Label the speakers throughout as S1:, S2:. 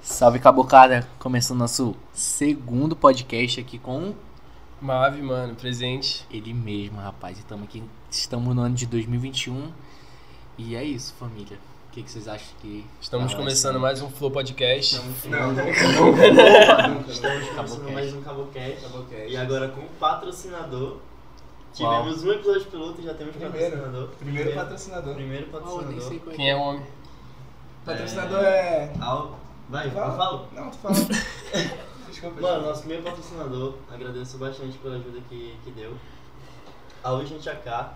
S1: Salve Cabocada, começando nosso segundo podcast aqui com
S2: Mave, mano, presente.
S1: ele mesmo, rapaz. Estamos aqui, estamos no ano de 2021 e é isso, família. O que, que vocês acham que
S2: Estamos
S1: Ah,
S2: começando
S1: sim.
S2: mais um Flow Podcast.
S3: Não, nunca, nunca, nunca, nunca. Estamos
S1: Cabocast.
S3: começando mais um Cabocast. E agora com patrocinador. Tivemos um episódio piloto e já temos
S4: Primeiro.
S3: patrocinador.
S4: Primeiro patrocinador.
S3: Primeiro
S1: Oh, eu nem sei
S3: patrocinador.
S1: qual
S2: Quem é o homem?
S4: Patrocinador é.
S3: Al... Vai,
S4: Fala.
S3: eu falo.
S4: Não, tu fala. Desculpa.
S3: Mano,
S4: gente.
S3: nosso primeiro patrocinador, agradeço bastante pela ajuda que, que deu. A Urgente AK,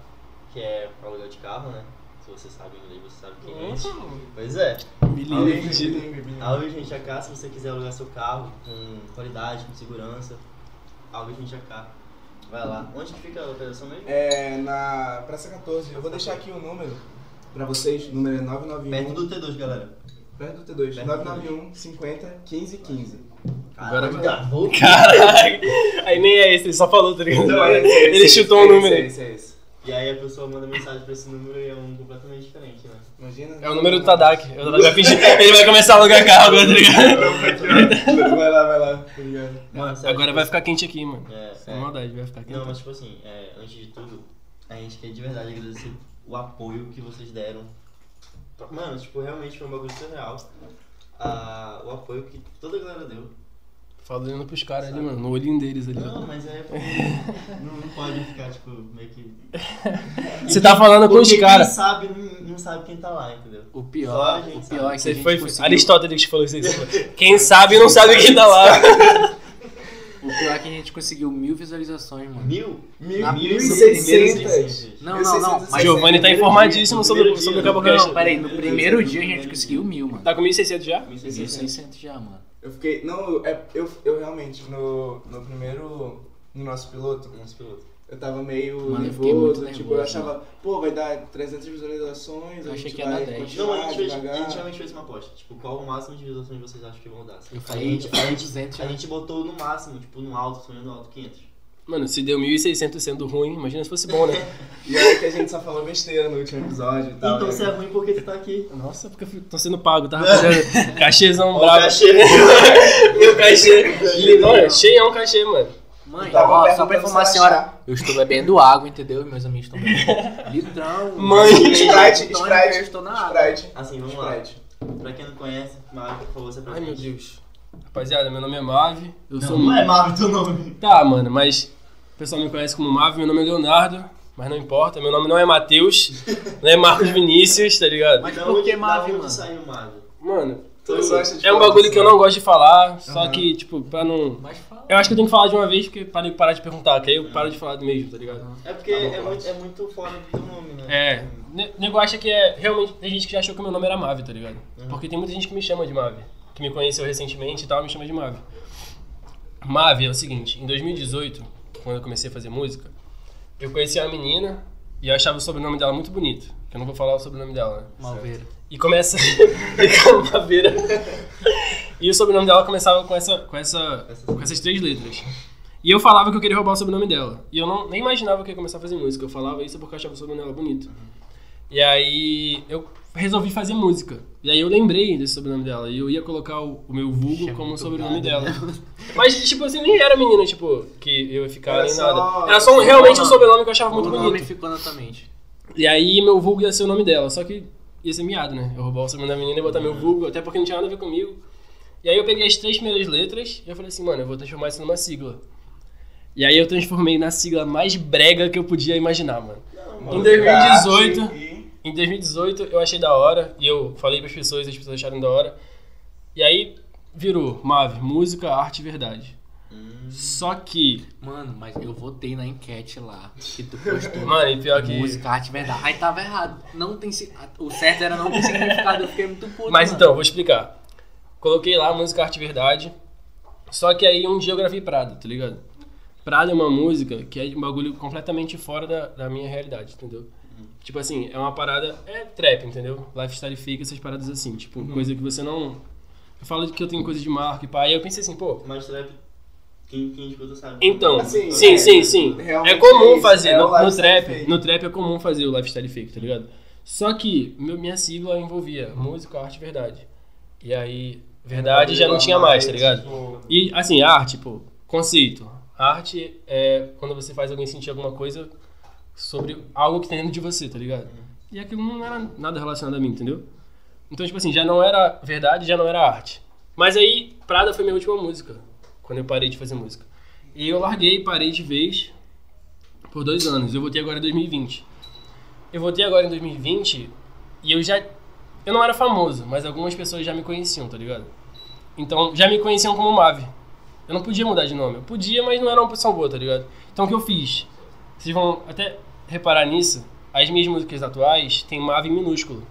S3: que é pra aluguel de carro, né? Se você sabe inglês, você sabe quem é. gente. Pois é.
S4: Bilingue,
S3: Urgente-
S4: bilingue, bilingue.
S3: A Urgente AK, se você quiser alugar seu carro com qualidade, com segurança, a Urgente AK. Vai lá. Onde que fica a localização mesmo?
S4: É na Praça 14. Eu vou deixar aqui o número pra vocês. O número é 991.
S3: Perto do T2, galera.
S4: Perto do T2.
S3: Perto do
S4: 991 50 15 15.
S2: Agora
S3: Caralho,
S2: vai.
S3: gravou?
S2: Caraca! Aí nem é esse, ele só falou, tá ligado? ele chutou o número.
S4: É Uhum. esse, é esse.
S3: E aí a pessoa manda mensagem pra esse número e é um completamente diferente, né?
S4: Imagina.
S2: É o número do Tadak. O Tadak vai fingir. Ele vai começar a alugar carro agora, tá ligado?
S4: Vai lá, vai lá. Obrigado.
S3: Mano, sério,
S2: Agora vai ficar quente aqui, mano.
S3: É,
S2: Sem
S3: é.
S2: maldade, vai ficar quente.
S3: Não, mas tipo assim, é, antes de tudo, a gente quer de verdade agradecer o apoio que vocês deram. Mano, tipo, realmente foi um bagulho surreal. Ah, o apoio que toda a galera deu.
S2: Fala olhando pros caras ali, mano. No olhinho deles ali.
S3: Não, mas é porque não, não pode ficar, tipo, meio que.
S2: Você tá falando Tá com os
S3: Porque
S2: caras.
S3: Quem sabe, não, não sabe quem tá lá, entendeu?
S1: é. O pior,
S3: Só a gente
S1: o pior é que a
S2: Você
S1: gente
S2: foi.
S1: conseguiu-
S2: Aristóteles que falou isso aí. você falou. Quem sabe não sabe quem tá lá.
S1: O pior é que a gente conseguiu mil visualizações, mano.
S3: Mil?
S4: Mil-
S3: Mil e
S4: 1.600.
S1: Não, não, não, mas- é
S2: Giovanni tá informadíssimo sobre,
S3: primeiro dia.
S2: sobre o
S1: Não,
S2: Cabocast.
S1: não, peraí, no primeiro dia a gente conseguiu mil, mano.
S2: Tá com 1.600 já?
S3: 1.600.
S1: 1.600 já, mano.
S4: Eu fiquei. Não, é, eu, eu realmente, no, no primeiro. No nosso piloto,
S3: Nosso piloto.
S4: Eu tava meio
S1: Mano, eu
S4: nervoso,
S1: fiquei muito
S4: tipo, eu
S1: nervoso,
S4: achava, pô, vai dar 300 visualizações,
S1: Eu
S4: a
S1: achei
S4: gente
S1: que ia
S4: vai
S1: dar 10.
S4: continuar
S3: Não, a gente, fez, a
S4: devagar.
S3: gente realmente fez uma aposta. Tipo, qual o máximo de visualizações vocês acham que vão dar?
S1: Eu
S3: a
S1: falei,
S3: gente,
S1: eu
S3: a
S1: falei
S3: gente,
S1: 200
S3: a
S1: já.
S3: gente botou no máximo, tipo, no alto, sonhando no alto, 500.
S2: Mano, se deu 1.600 sendo ruim, imagina se fosse bom, né?
S4: E olha que a gente só falou besteira no último episódio e tal.
S3: então
S4: né?
S3: você é ruim porque tu tá aqui.
S2: Nossa, porque eu fico- tô sendo pago, tá? Rapaziada, Cachêzão
S3: Ó, o
S2: brabo.
S3: cachê.
S2: Meu cachê. Li- Olha, cheio é um cachê, mano.
S1: Mãe,
S4: Eu tava
S1: ó, só
S4: perguntando
S1: pra informar a
S4: se
S1: senhora,
S4: ela achava.
S1: eu estou bebendo água, entendeu? E meus amigos estão bebendo. Litrão.
S2: Mãe.
S1: tônico,
S4: Sprite,
S1: tônico, Eu
S4: Sprite,
S1: estou na água.
S4: Sprite,
S3: Assim, vamos lá.
S4: Sprite.
S3: Pra quem não conhece, Marvel, por favor, é se
S2: Ai, meu
S3: apresente.
S2: Deus. Rapaziada, meu nome é Mave. Eu
S3: Não,
S2: sou
S3: não
S2: um-
S3: é Marvel teu nome.
S2: Tá, mano, mas o pessoal me conhece como Mave, meu nome é Leonardo, mas não importa. Meu nome não é Matheus, não é Marcos Vinícius, tá ligado?
S1: Mas
S3: Da
S1: por que
S3: onde- da
S1: Marvel,
S3: onde
S1: mano?
S3: saiu Marvel?
S2: Mano,
S4: Tu só acha de
S2: é um
S4: falar
S2: bagulho
S4: assim.
S2: que eu não gosto de falar, só
S4: Aham.
S2: que, tipo, pra não.
S1: Mas fala.
S2: Eu acho que eu tenho que falar de uma vez, porque pra não parar de perguntar, que aí eu paro de falar do mesmo, tá ligado?
S3: É porque
S4: Tá bom,
S3: é,
S4: pronto.
S3: muito, é muito fora do teu nome, né?
S2: É. ne- O negócio é que é. Realmente tem gente que já achou que meu nome era Mave, tá ligado? Porque tem muita gente que me chama de Mave. Que me conheceu recentemente e tal, me chama de Mave. Mave é o seguinte, em 2018, quando eu comecei a fazer música, eu conheci uma menina e eu achava o sobrenome dela muito bonito. Que eu não vou falar o sobrenome dela, né?
S1: Malveira.
S2: E começa. fica uma beira. E o sobrenome dela começava com, essa, com, essa, com essas três letras. E eu falava que eu queria roubar o sobrenome dela. E eu não, nem imaginava que eu ia começar a fazer música. Eu falava isso porque eu achava o sobrenome dela bonito. E aí eu resolvi fazer música. E aí eu lembrei desse sobrenome dela. E eu ia colocar o, o meu vulgo
S1: Achei
S2: como
S1: muito
S2: sobrenome
S1: gado,
S2: dela. Mas, tipo assim, nem era menina, tipo, que eu ia ficar
S4: Era
S2: nem
S4: só-
S2: nada. Era só um- realmente um sobrenome que eu achava muito
S1: o nome
S2: bonito.
S1: ficou na tua mente.
S2: E aí meu vulgo ia ser o nome dela, só que ia ser miado, né? Eu roubar o sobrenome da menina e botar meu vulgo, até porque não tinha nada a ver comigo. E aí eu peguei as três primeiras letras e eu falei assim, mano, eu vou transformar isso numa sigla. E aí eu transformei na sigla mais brega que eu podia imaginar, mano. Em 2018,
S4: E-
S2: em 2018 eu achei da hora e eu falei pras pessoas, as pessoas acharam da hora. E aí virou Mave, música, arte e verdade. Só que,
S1: Mano, mas eu votei na enquete lá que tu postou.
S2: mano, e pior que
S1: Música, arte, verdade. Aí tava errado. Não tem si- O certo era não ter significado. Eu fiquei muito puto.
S2: Mas
S1: mano.
S2: então, vou explicar. Coloquei lá a música Arte e Verdade. Só que aí um dia eu gravei Prada, tá ligado? Prada é uma música que é um bagulho completamente fora da, da minha realidade, entendeu? Tipo assim, é uma parada. É trap, entendeu? Lifestyle fake, essas paradas assim. Tipo, coisa que você não. Eu falo que eu tenho coisa de marca e pá. Aí eu pensei assim, pô.
S3: Mas trap, quem, quem escuta sabe.
S2: Então,
S4: Assim,
S2: sim,
S4: é,
S2: sim, sim.
S4: realmente
S2: É comum
S4: é isso,
S2: fazer.
S4: é
S2: no,
S4: o
S2: no
S4: lifestyle
S2: trap,
S4: fake.
S2: no trap é comum fazer o lifestyle fake, tá ligado? Só que meu- minha sigla envolvia música, arte e verdade. E aí Verdade já não tinha mais, tá ligado?
S4: Tipo,
S2: E assim, arte, pô, conceito. Arte é quando você faz alguém sentir alguma coisa sobre algo que tem dentro de você, tá ligado? E aquilo não era nada relacionado a mim, entendeu? Então, tipo assim, já não era verdade, já não era arte. Mas aí, Prada foi minha última música, quando eu parei de fazer música. E eu larguei, parei de vez por dois anos. Eu voltei agora em 2020. Eu voltei agora em 2020 e eu já. Eu não era famoso, mas algumas pessoas já me conheciam, tá ligado? Então já me conheciam como Mave. Eu não podia mudar de nome. Eu podia, mas não era uma opção boa, tá ligado? Então o que eu fiz? Vocês vão até reparar nisso. As minhas músicas atuais têm Mave em minúsculo.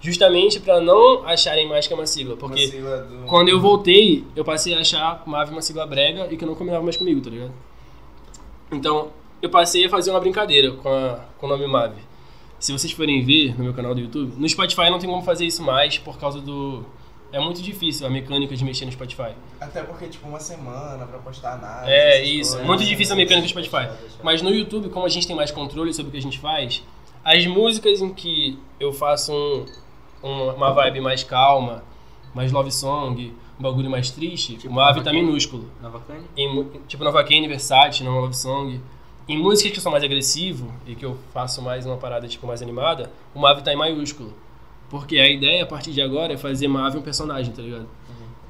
S2: Justamente pra não acharem mais que é uma sigla.
S4: uma
S2: Porque
S4: sigla do-
S2: quando eu voltei, eu passei a achar Mave é uma sigla brega e que não combinava mais comigo, tá ligado? Então, eu passei a fazer uma brincadeira com, a- com o nome Mave. Se vocês forem ver no meu canal do YouTube, no Spotify não tem como fazer isso mais por causa do. É muito difícil a mecânica de mexer no Spotify.
S4: Até porque, tipo, uma semana pra postar nada.
S2: É,
S4: essas
S2: isso.
S4: coisas.
S2: Muito difícil a mecânica do Spotify. Mas no YouTube, como a gente tem mais controle sobre o que a gente faz, as músicas em que eu faço um- um- uma vibe mais calma, mais love song, um bagulho mais triste,
S1: Tipo,
S2: uma ave
S1: Nova
S2: tá
S1: Kane?
S2: minúsculo.
S1: Nova Cane?
S2: Em mu- tipo Nova Kane, Versace, não love song. Em músicas que eu sou mais agressivo e que eu faço mais uma parada tipo mais animada, uma ave tá em maiúsculo. Porque a ideia a partir de agora é fazer uma ave um personagem, tá ligado?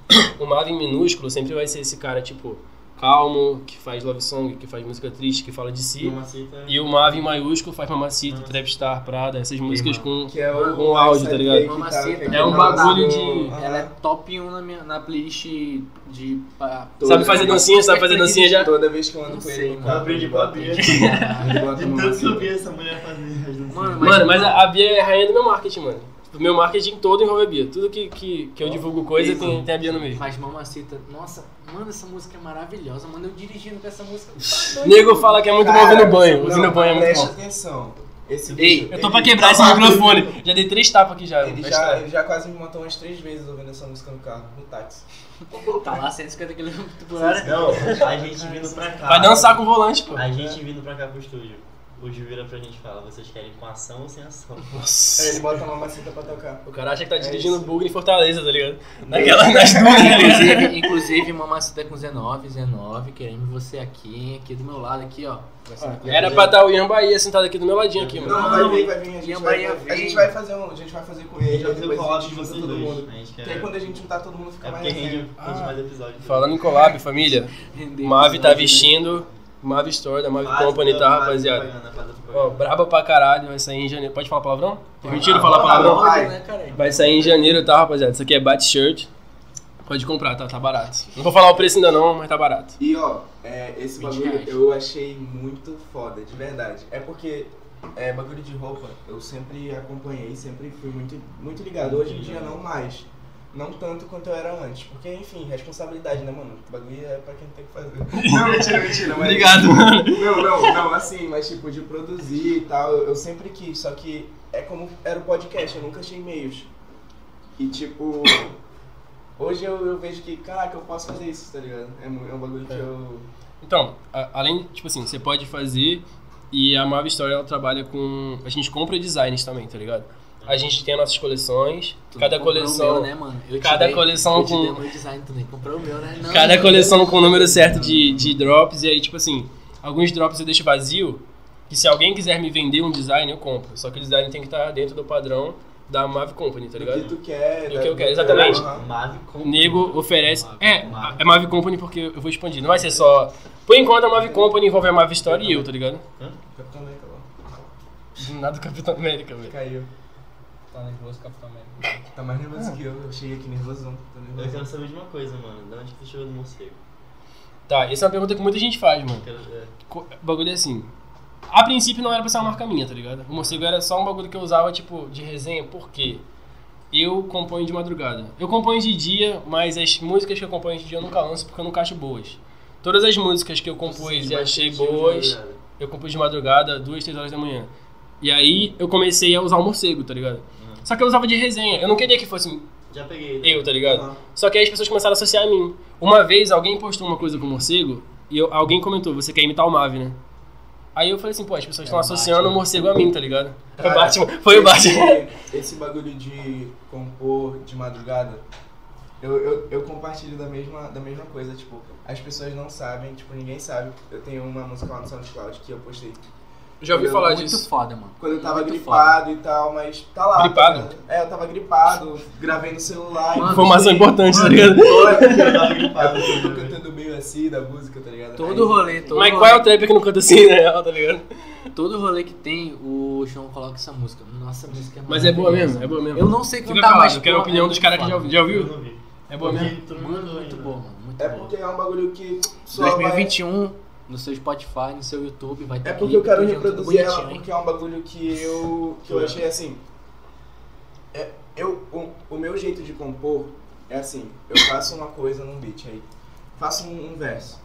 S2: Uma ave em minúsculo sempre vai ser esse cara tipo calmo, que faz love song, que faz música triste, que fala de si.
S3: E uma cita.
S2: E o Marvin maiúsculo faz Mamacita,
S3: Mamacita.
S2: Trapstar, Prada, essas músicas com.
S4: Que é o,
S2: Um áudio, tá ligado?
S4: que
S1: Uma
S4: tá-
S1: maceta.
S4: que
S2: É um
S4: tá
S2: bagulho
S4: no-
S2: de-
S4: Aham.
S1: Ela é top 1 na, minha, na playlist de. Pra,
S2: Sabe fazer dancinha, sabe fazer dancinha já?
S4: Toda vez que eu ando
S1: Não
S4: com
S1: sei,
S4: ele no
S1: mano.
S4: carro,
S3: Eu aprendi
S4: ele
S3: com a
S4: bota-
S3: Bia.
S4: ele bota
S3: De
S4: uma
S3: tanto que eu
S4: maceta.
S3: vi essa mulher fazer as
S1: Mano,
S3: dancinhas.
S2: Mano, mas
S4: tá.
S2: a a Bia é a rainha do meu marketing, mano. O meu marketing todo envolve a Bia. Tudo que, que, que eu divulgo coisa tem, tem a Bia no meio.
S1: Mas Mamacita, nossa, mano, essa música é maravilhosa. Mano, eu dirigindo com essa música.
S2: Nego fala que é muito bom ouvir no
S4: Cara,
S2: banho. Ouvir no
S4: não,
S2: banho é muito
S4: presta
S2: bom.
S4: atenção. Esse
S1: Ei,
S4: bicho,
S2: Eu tô
S4: ele- tá-
S2: pra quebrar esse microfone. Já dei três tapas aqui já. vai
S4: Ele já, é.
S2: estourar.
S4: ele já quase me matou umas três vezes ouvindo essa música no carro, no táxi.
S1: Tá lá 150 km por hora.
S3: Não, a gente vindo pra cá.
S2: Vai dançar com o volante, pô.
S3: A gente vindo pra cá pro estúdio. O Gil vira pra gente e fala, vocês querem com ação ou sem ação?
S4: Aí ele
S2: Nossa.
S4: bota uma maceta pra tocar.
S2: O cara acha que tá
S4: É
S2: dirigindo
S4: isso.
S2: bugre em Fortaleza, tá ligado? Naquela, nas duas, tá ligado?
S1: Inclusive, inclusive Mamacita com 19, 19, queremos você aqui, aqui do meu lado, aqui, ó. conversando com
S2: Ah, Era
S1: você.
S2: pra estar o Ian Bahia sentado aqui do meu ladinho aqui, mano.
S4: Não,
S1: Não,
S4: vai vir, vai vir, a
S1: minha
S4: gente vai,
S1: Bahia
S4: a
S1: vem.
S4: gente vai fazer um, a gente vai fazer com
S3: A
S4: ele,
S3: gente vai
S4: depois
S3: fazer o
S4: a
S3: collab um de
S4: gente junta
S3: vocês
S4: todo
S3: dois.
S4: mundo.
S3: A gente quer...
S4: Que aí quando a gente juntar todo mundo fica
S3: É
S4: mais Ah,
S3: porque rende,
S4: resenha.
S3: rende mais episódio.
S2: Falando em collab, família,
S1: Rendeu
S2: Mave
S1: episódio,
S2: tá
S1: né?
S2: vestindo, Mave Store da Mave
S3: Faz
S2: Company, tá,
S3: a- faz a
S2: rapaziada?
S3: propaganda, faz a propaganda.
S2: Ó, braba pra caralho, vai sair em janeiro. Pode falar palavrão? Permitido
S4: Ah,
S2: falar
S4: fala
S2: palavrão?
S4: palavrão.
S1: Né, cara?
S2: Vai sair em janeiro, tá, rapaziada? Isso aqui é Bat-Shirt. Pode comprar, tá? Tá barato. Não vou falar o preço ainda não, mas tá barato.
S4: E ó, é, esse
S1: 20
S4: bagulho
S1: reais.
S4: eu achei muito foda, de verdade. É porque é, bagulho de roupa eu sempre acompanhei, sempre fui muito, muito ligado. Hoje em dia não mais. Não tanto quanto eu era antes. Porque, enfim, responsabilidade, né, mano? O bagulho é pra quem tem que fazer. Não, mentira, mentira. mas- tipo,
S2: mano.
S4: Não, não, não, assim, mas tipo, de produzir e tal, eu eu sempre quis, só que é como era o podcast, eu nunca achei meios. E tipo, hoje eu, eu vejo que, caraca, eu posso fazer isso, tá ligado? É, mu- é um bagulho que eu.
S2: Então, a- além, tipo assim, você pode fazer e a Mave Store ela trabalha com. A gente compra designs também, tá ligado? A gente tem nossas coleções,
S1: Tu
S2: cada
S1: não comprou
S2: coleção.
S1: o meu, né, mano? Eu te
S2: cada
S1: dei-
S2: coleção
S1: eu te
S2: com-
S1: dei o meu design, tu nem comprou o meu, né? Não,
S2: Cada
S1: não.
S2: coleção com o número certo de, de drops, e aí, tipo assim, alguns drops eu deixo vazio, que se alguém quiser me vender um design, eu compro. Só que o design tem que estar dentro do padrão da Mav Company, tá
S4: do que
S2: ligado?
S4: tu quer.
S2: Do
S4: da-
S2: que eu quero,
S4: do-
S2: exatamente.
S4: Aham.
S3: Mave
S2: O
S3: Company.
S2: nego oferece.
S3: Mavi-
S2: É,
S3: Mavi.
S2: é Mav Company porque eu vou expandir. Não vai ser só. Por enquanto, a Mav Company envolve a Mav Story e eu, tá ligado?
S4: Capitão América, ó.
S2: Do Nada do Capitão América, velho.
S4: Caiu.
S5: Tá nervoso, Capitão América.
S4: Tá mais nervoso que eu. Eu cheguei aqui nervosão. Tô
S3: Eu
S4: nervoso.
S3: quero saber de uma coisa, mano. De onde que tu chegou do morcego?
S2: Tá, essa é uma pergunta que muita gente faz, mano.
S3: Eu quero... é.
S2: Co- O bagulho é assim. A princípio não era pra ser uma marca minha, tá ligado? O morcego era só um bagulho que eu usava, tipo, de resenha, por quê? Eu componho de madrugada. Eu componho de dia, mas as músicas que eu componho de dia eu nunca lanço porque eu nunca acho boas. Todas as músicas que eu compus e achei
S3: um
S2: boas, eu compus de madrugada, duas, três horas da manhã. E aí eu comecei a usar o morcego, tá ligado? Só que eu usava de resenha. Eu não queria que fosse
S3: Já peguei. né?
S2: eu, tá ligado?
S4: Aham.
S2: Só que aí as pessoas começaram a associar a mim. Uma vez alguém postou uma coisa com o morcego e eu- alguém comentou: Você quer imitar o Mavi, né? Aí eu falei assim: Pô, as pessoas
S1: É
S2: estão
S1: o
S2: associando
S1: Batman.
S2: o morcego a mim, tá ligado? Foi o
S4: Cara,
S2: Batman, foi o Batman.
S4: Esse, esse bagulho de compor de madrugada Eu, eu, eu compartilho da mesma, da mesma coisa, tipo, as pessoas não sabem, tipo, ninguém sabe. Eu tenho uma música lá no SoundCloud que eu postei
S2: Já ouvi
S4: Eu-
S2: falar
S1: é Muito
S2: disso.
S1: foda, mano.
S4: quando eu tava
S1: Muito
S4: gripado e tal, mas tá lá.
S2: Gripado?
S4: É, eu tava gripado, gravei no celular.
S1: Mano,
S2: Informação importante, tá ligado?
S4: Gripado, eu tô cantando meio assim da música, tá ligado?
S1: Todo
S4: Aí-
S1: rolê, todo
S2: Mas
S1: rolê,
S2: qual é o trap que não canta assim, né? Tá ligado?
S1: todo rolê que tem, o João coloca essa música. Nossa, a música é
S2: Mas é boa
S1: maravilhosa.
S2: mesmo, é boa mesmo.
S1: Eu não sei
S2: Fica
S1: cantar
S2: calado,
S1: mais. né?
S2: eu quero a opinião dos caras que já, ouvi- já
S3: Eu
S2: ouviu.
S3: não vi.
S2: É boa mesmo.
S3: Porque tá tu não
S1: é Mano,
S3: mandou
S1: muito
S3: ainda.
S1: boa, mano. Muito
S4: É
S1: boa.
S4: porque é um bagulho que só vai-
S1: 2021, no seu Spotify, no seu YouTube, vai ter
S4: É porque eu quero
S1: clipe, tudo
S4: reproduzir ela
S1: bonitinho, hein?
S4: porque é um bagulho que eu, que eu achei assim. É, eu, o, o meu jeito de compor é assim: eu faço uma coisa num beat aí, faço um, um verso.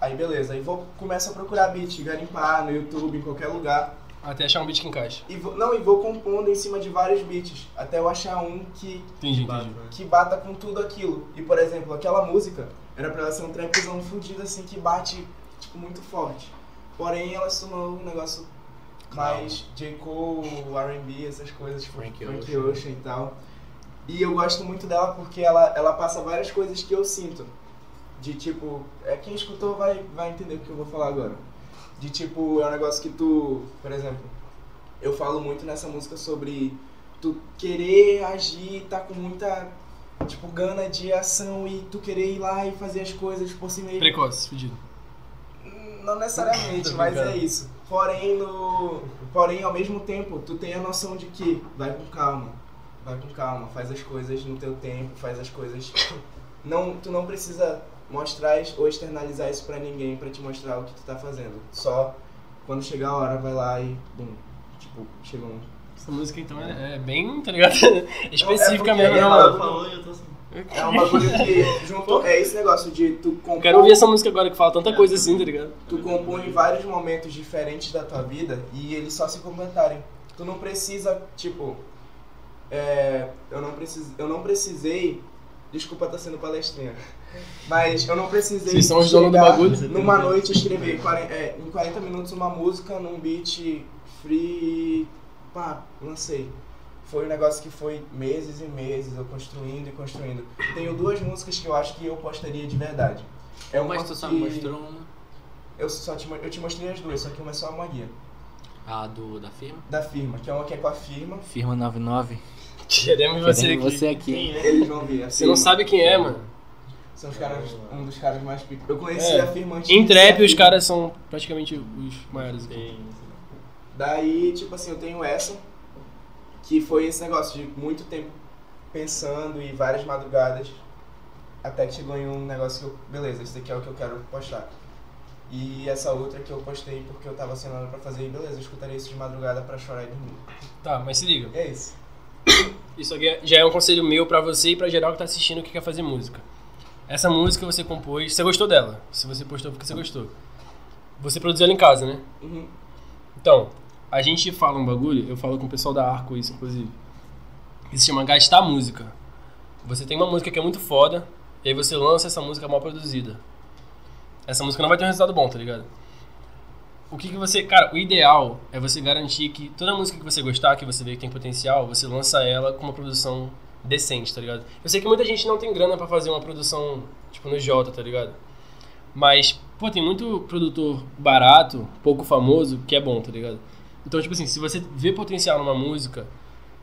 S4: Aí beleza, aí vou começo a procurar beat, garimpar no YouTube, em qualquer lugar.
S2: Até achar um beat que encaixa.
S4: E vou, não, e vou compondo em cima de vários beats, até eu achar um que,
S2: Entendi, entendi.
S3: Bárbaro, né?
S4: que bata com tudo aquilo. E por exemplo, aquela música era pra ela ser um trapzão fudido assim que bate tipo, muito forte. Porém, ela se tornou um negócio mais J. Cole, RB, essas coisas, tipo,
S1: Frank
S4: Frank,
S1: Ocean.
S4: Ocean. e tal. E eu gosto muito dela porque ela, ela passa várias coisas que eu sinto. De tipo, é, quem escutou vai, vai entender o que eu vou falar agora. De tipo, é um negócio que tu, por exemplo, eu falo muito nessa música sobre tu querer agir, tá com muita, tipo, gana de ação e tu querer ir lá e fazer as coisas por si mesmo.
S2: Precoce, fudido.
S4: Não necessariamente,
S2: Tô
S4: mas é
S2: brincando.
S4: isso. Porém, no... Porém, ao mesmo tempo, tu tem a noção de que vai com calma. Vai com calma, faz as coisas no teu tempo, faz as coisas. Não, tu não precisa mostrar isso ou externalizar isso pra ninguém pra te mostrar o que tu tá fazendo. Só quando chegar a hora, vai lá e. Bum, tipo, chegou um.
S2: Essa música então é, é bem, tá ligado?
S4: É
S2: Específica
S4: porque
S2: mesmo,
S4: é
S2: né,
S4: uma-
S2: mano?
S3: Ela falou e eu tô assim.
S4: É um bagulho que junto. É esse negócio de tu compor.
S2: Eu quero ouvir essa música agora que fala tanta coisa assim, tá ligado?
S4: Tu compõe vários momentos diferentes da tua vida e eles só se completarem. Tu não precisa, tipo, é, eu não preciso, eu não precisei, desculpa tá sendo palestrinha, mas eu não precisei
S2: Vocês são os donos do
S4: chegar
S2: bagulho.
S4: numa noite escrever quaren- é, em 40 minutos uma música num beat free, pá, lancei. Foi um negócio que foi meses e meses eu construindo e construindo. Tenho duas músicas que eu acho que eu postaria de verdade. É uma
S1: Mas tu só
S4: que-
S1: me mostrou um. uma.
S4: eu só te, mo- eu te mostrei as duas, só que uma é só uma guia.
S1: A Ah, do, da firma.
S4: Da firma, que é uma que é com a firma.
S1: Firma 99.
S2: Queremos você
S1: Queremos
S2: aqui.
S1: você aqui.
S3: Quem, né?
S4: Eles vão ver. A
S2: Você não
S4: Firma.
S2: sabe quem é, mano.
S4: São os caras, um dos caras mais picos. Eu conheci
S2: É.
S4: a firma antes.
S2: Em
S4: de ser a
S2: trap, os
S4: Firma.
S2: caras são praticamente os maiores assim. aqui.
S3: Tem.
S4: Daí, tipo assim, eu tenho essa, que foi esse negócio de muito tempo pensando e várias madrugadas, até que chegou em um negócio que eu, beleza, esse daqui é o que eu quero postar. E essa outra que eu postei porque eu tava sem nada pra fazer, e beleza, eu escutaria isso de madrugada pra chorar e dormir.
S2: Tá, mas se liga.
S4: É isso.
S2: Isso aqui é- já é um conselho meu pra você e pra geral que tá assistindo que quer fazer música. Essa música você compôs, você gostou dela. Se você postou porque você gostou. Você produziu ela em casa, né?
S4: Uhum.
S2: Então, a gente fala um bagulho, eu falo com o pessoal da Arco isso, inclusive. Que se chama gastar música. Você tem uma música que é muito foda, e aí você lança essa música mal produzida. Essa música não vai ter um resultado bom, tá ligado? O que que você. Cara, o ideal é você garantir que toda música que você gostar, que você vê que tem potencial, você lança ela com uma produção decente, tá ligado? Eu sei que muita gente não tem grana pra fazer uma produção, tipo, no Jota, tá ligado? Mas, pô, tem muito produtor barato, pouco famoso, que é bom, tá ligado? Então, tipo assim, se você vê potencial numa música,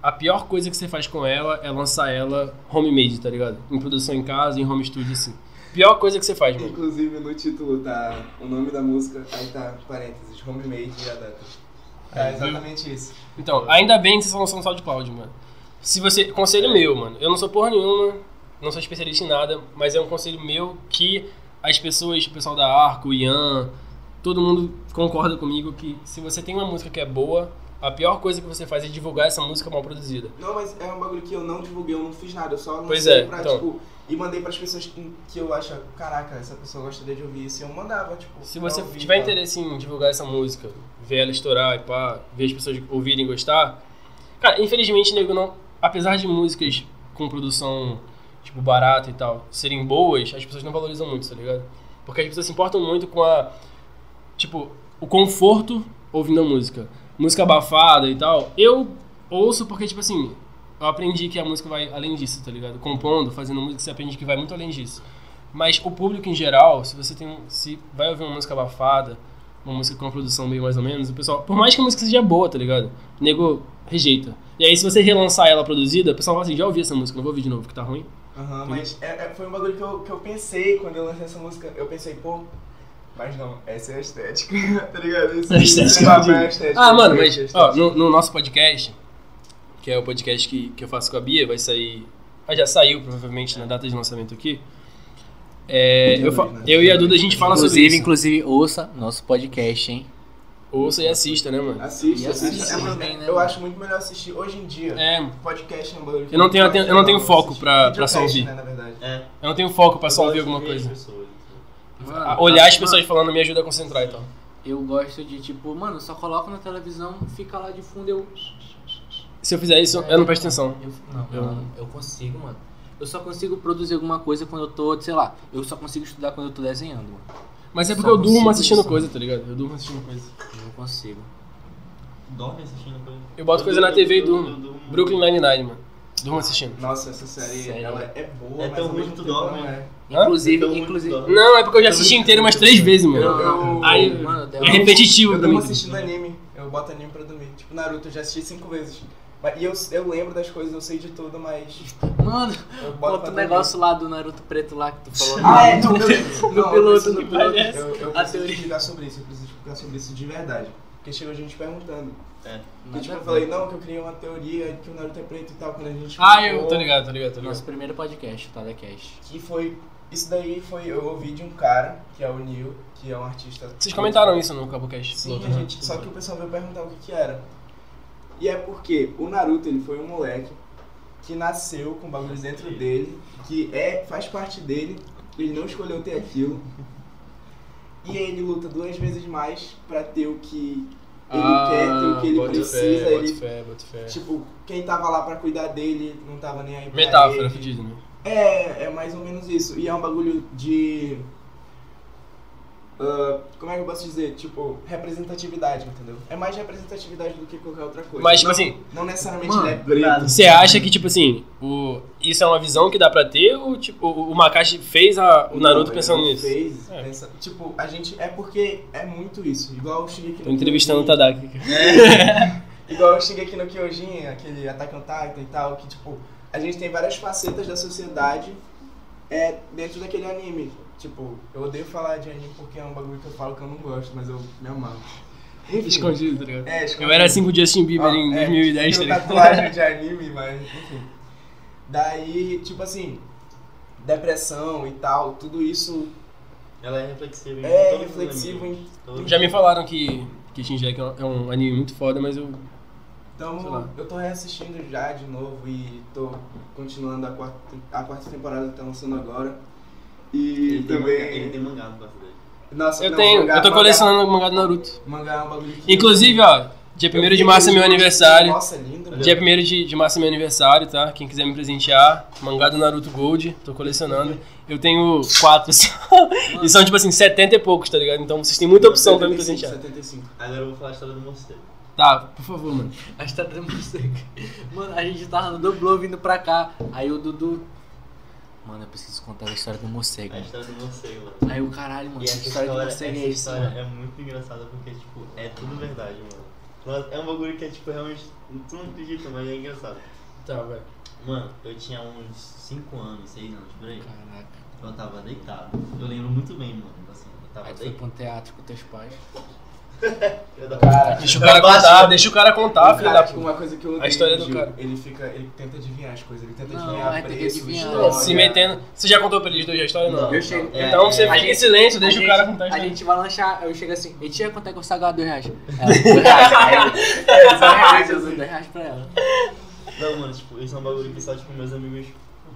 S2: a pior coisa que você faz com ela é lançar ela homemade, tá ligado? Em produção em casa, em home studio, assim. Pior coisa que você faz, mano.
S4: Inclusive no título tá o nome da música, aí tá parênteses, homemade e a data. Tá
S2: É,
S4: exatamente isso.
S2: Então, ainda bem que vocês não são só de Cláudio, mano. Se você. Conselho meu, mano. Eu não sou porra nenhuma, não sou especialista em nada, mas é um conselho meu que as pessoas, o pessoal da Arco, o Ian, todo mundo concorda comigo que se você tem uma música que é boa, a pior coisa que você faz é divulgar essa música mal produzida.
S4: Não, mas é um bagulho que eu não divulguei, eu não fiz nada, eu só lancei
S2: Pois é,
S4: pra,
S2: então.
S4: tipo, e mandei pras pessoas que, que eu acho, caraca, essa pessoa gostaria de ouvir isso, e eu mandava, tipo.
S2: Se
S4: pra
S2: você
S4: ouvir,
S2: tiver
S4: tá?
S2: interesse em divulgar essa música, ver ela estourar e pá, ver as pessoas ouvirem e gostar. Cara, infelizmente, nego, não. Apesar de músicas com produção, tipo, barata e tal, serem boas, as pessoas não valorizam muito, tá ligado? Porque as pessoas se importam muito com a. Tipo, o conforto ouvindo a música. Música abafada e tal. Eu ouço porque, tipo assim, eu aprendi que a música vai além disso, tá ligado? Compondo, fazendo música, você aprende que vai muito além disso. Mas o público em geral, se você tem, um- se vai ouvir uma música abafada, uma música com uma produção meio mais ou menos, o pessoal, por mais que a música seja boa, tá ligado? O nego rejeita. E aí se você relançar ela produzida, o pessoal fala assim, já ouvi essa música, não vou ouvir de novo, que tá ruim.
S4: Aham, mas é- é- foi um bagulho que eu, que eu pensei quando eu lancei essa música. Eu pensei, pô, mas não, essa é a estética, tá ligado? Isso
S2: É a estética
S4: isso é uma
S2: do dia.
S4: má estética.
S2: Ah, mano,
S4: Essa é a
S2: mas
S4: estética.
S2: ó, no, no nosso podcast, que é o podcast que, que eu faço com a Bia, vai sair. Ah, já saiu, provavelmente, na data de lançamento aqui. É, eu, fa- eu e a Duda a gente fala sobre
S1: Inclusive,
S2: isso.
S1: inclusive, ouça nosso podcast, hein?
S2: Ouça e assista, né, mano?
S4: Assiste,
S1: E
S4: assiste.
S1: assiste
S4: É uma-
S1: também, né,
S4: eu
S1: mano?
S4: acho muito melhor assistir hoje em dia.
S2: É,
S4: Podcast é um bagulho que
S2: Eu não tenho
S4: pode
S2: aten- eu não tenho
S4: assistir.
S2: foco pra- pra só
S4: Videocast,
S2: ouvir.
S4: Né, na verdade.
S3: É.
S2: eu não tenho foco pra só
S3: eu
S2: ouvir
S3: gosto de
S2: um alguma
S3: ver as
S2: coisa.
S3: pessoas, então.
S2: Ah, Olhar as pessoas falando me ajuda a concentrar, então.
S1: Eu gosto de, tipo, mano, só coloco na televisão, fica lá de fundo, eu.
S2: Se eu fizer isso, eu não presto atenção.
S1: eu não,
S2: Eu-
S1: mano, eu consigo, mano. Eu só consigo produzir alguma coisa quando eu tô, sei lá, eu só consigo estudar quando eu tô desenhando, mano.
S2: Mas é porque
S1: Só
S2: eu durmo
S1: consigo
S2: assistindo
S1: isso.
S2: coisa, tá ligado? Eu durmo assistindo coisa.
S1: Eu não consigo.
S3: Dorme assistindo coisa.
S2: Eu boto coisa na
S3: durmo-
S2: TV e
S3: eu eu
S2: durmo. Brooklyn Nine-Nine, mano. Durmo assistindo.
S4: Nossa, essa série,
S1: Sério?
S4: ela é boa,
S3: É
S4: mas
S3: tão
S4: ao
S3: ruim
S4: mesmo
S3: que tu
S4: tempo
S3: dorme,
S1: né?
S4: não é.
S2: Hã?
S1: Inclusive,
S3: Eu tô muito
S1: inclusive.
S3: dorme.
S2: Não, é porque eu já assisti inteiro umas três vezes, mano.
S4: Eu-
S2: Aí,
S1: mano, deu
S2: É repetitivo
S4: eu
S2: pra mim.
S4: durmo assistindo anime. Eu boto anime pra dormir. Tipo, Naruto, eu já assisti cinco vezes. Mas- E eu, eu lembro das coisas, eu sei de tudo, mas
S1: Mano,
S4: eu boto
S1: bota
S4: pra
S1: o
S4: dormir.
S1: um negócio lá do Naruto preto lá que tu falou.
S4: Ah, é,
S1: do
S4: no piloto.
S1: No
S4: Não,
S1: piloto, no
S4: eu preciso-
S1: piloto.
S4: Eu, eu
S1: A
S4: preciso
S1: teoria.
S4: explicar sobre isso, eu preciso explicar sobre isso de verdade. Porque chegou gente perguntando.
S1: Nada
S4: Porque, tipo,
S1: a
S4: eu
S1: ver.
S4: falei, não, que eu criei uma teoria que o Naruto é preto e tal, quando a gente...
S2: Ah, eu tô
S4: falou,
S2: ligado, tô ligado, tô ligado.
S1: Nosso primeiro podcast, tá? Da Cast.
S4: Que foi... Isso daí foi... Eu ouvi de um cara, que é o Neil, que é um artista...
S2: Vocês comentaram isso no Cabocast.
S4: Sim, um
S2: piloto,
S4: a
S2: né?
S4: gente, só que o pessoal veio perguntar o que que era. E é porque o Naruto, ele foi um moleque que nasceu com bagulhos dentro dele, que é, faz parte dele, ele não escolheu ter aquilo. E ele luta duas vezes mais pra ter o que ele quer, ter o que ele
S2: Ah, bota
S4: precisa.
S2: Fé,
S4: ele,
S2: bota fé, bota fé.
S4: tipo, quem tava lá pra cuidar dele não tava nem aí pra
S2: Metáfora,
S4: ele.
S2: fedido, né?
S4: É, é mais ou menos isso. E é um bagulho de. ah, como é que eu posso dizer? Tipo, representatividade, entendeu? É mais representatividade do que qualquer outra coisa.
S2: Mas, tipo
S4: não,
S2: assim,
S4: não necessariamente
S1: Mano,
S4: ele é preto.
S3: nada.
S2: você acha que, tipo assim, o... isso é uma visão que dá pra ter ou, tipo, o o Makashi fez a- o Naruto
S4: Não,
S2: pensando
S4: é ele não
S2: nisso?
S4: Fez,
S2: É.
S4: pensa- tipo, a gente. É porque é muito isso. Igual o Shigeki
S2: Tô entrevistando o Tadaki.
S4: Igual o Shigeki no Kyojin, aquele Attack on Titan e tal, que tipo, a gente tem várias facetas da sociedade é, dentro daquele anime. Tipo, eu odeio falar de anime porque é um bagulho que eu falo que eu não gosto, mas eu me amarro. Enfim.
S2: Escondido, tá ligado?
S4: É, escondido.
S2: Eu era assim com o Justin Bieber
S4: Ah,
S2: em
S4: é,
S2: 2010, tá
S4: tenho
S2: ligado?
S4: tatuagem de anime, mas enfim. Daí, tipo assim, depressão e tal, tudo isso
S3: Ela é reflexiva. em
S4: é
S3: todos os
S4: reflexivo.
S3: amigos.
S4: em-
S3: Todos.
S2: Já me falaram que, que Shinjek é um anime muito foda, mas eu... Sei lá.
S4: Então, eu tô reassistindo já de novo e tô continuando a quarta, a quarta temporada que tá lançando agora. E
S3: Ele tem, manga,
S4: também...
S1: é.
S3: ele tem mangá no quarto dele.
S4: Nossa,
S2: Eu
S4: não,
S2: tenho,
S4: mangá-
S2: eu tô
S4: mangá-
S2: colecionando o mangá do Naruto.
S4: Mangá é um bagulho que...
S2: Inclusive, ó, dia 1 de
S4: Eu
S2: março é
S4: fiquei
S2: meu
S4: feliz.
S2: aniversário.
S4: Nossa, lindo. mano.
S2: Dia 1 de, de março é meu aniversário, tá? Quem quiser me presentear, mangá do Naruto Gold, tô colecionando. Eu tenho quatro só. E são, tipo assim, 70 e poucos, tá ligado? Então vocês têm muita opção pra me
S4: 75,
S2: presentear.
S4: 75.
S3: Agora eu vou falar a história do morcego.
S2: Tá, por favor, mano.
S1: A gente tá dando seca. Mano, a gente tava no Dublô vindo pra cá. Aí o Dudu. Mano, eu preciso contar a história do morcego.
S3: A história do morcego, mano.
S1: Aí o caralho, mano,
S3: E
S1: essa
S3: essa
S1: história do
S3: história, essa
S1: morcego é isso,
S3: história
S1: mano.
S3: é muito engraçada porque, tipo, é tudo verdade, mano. Nossa, É um bagulho que é, tipo, realmente. Tu não acredita, mas é engraçado.
S2: Tá, vai.
S3: Mano, eu tinha uns 5 anos, 6 anos por aí.
S1: Caraca.
S3: Eu tava deitado. Eu lembro muito bem, mano. Assim, eu tava
S1: Aí tu foi
S3: deitado.
S1: pra um teatro com teus pais.
S3: Eu tava-
S4: Cara,
S2: Deixa o cara
S3: Abaixo,
S2: contar,
S3: né?
S2: deixa o cara contar, Ah, filho da
S4: um Cara, tipo,
S2: puta.
S4: uma coisa que eu odeio,
S2: história é do
S4: Gil,
S2: cara.
S4: Ele fica, ele tenta adivinhar as coisas, ele tenta
S1: Não,
S4: adivinhar
S1: vai ter que
S4: preço,
S1: adivinhar.
S4: história.
S2: Se metendo. Você já contou pra eles dois a história? Não.
S4: Eu chego.
S3: É,
S2: Então
S3: é,
S2: você
S3: é.
S2: fica em silêncio, deixa o cara contar a
S1: A
S2: história.
S1: gente vai lanchar, eu chego assim, e tia, quanto é que eu sago a dois reais? Ela, dois reais. Aí eu dou dois reais pra ela.
S3: Não, mano, tipo, isso é um bagulho que só, tipo, meus amigos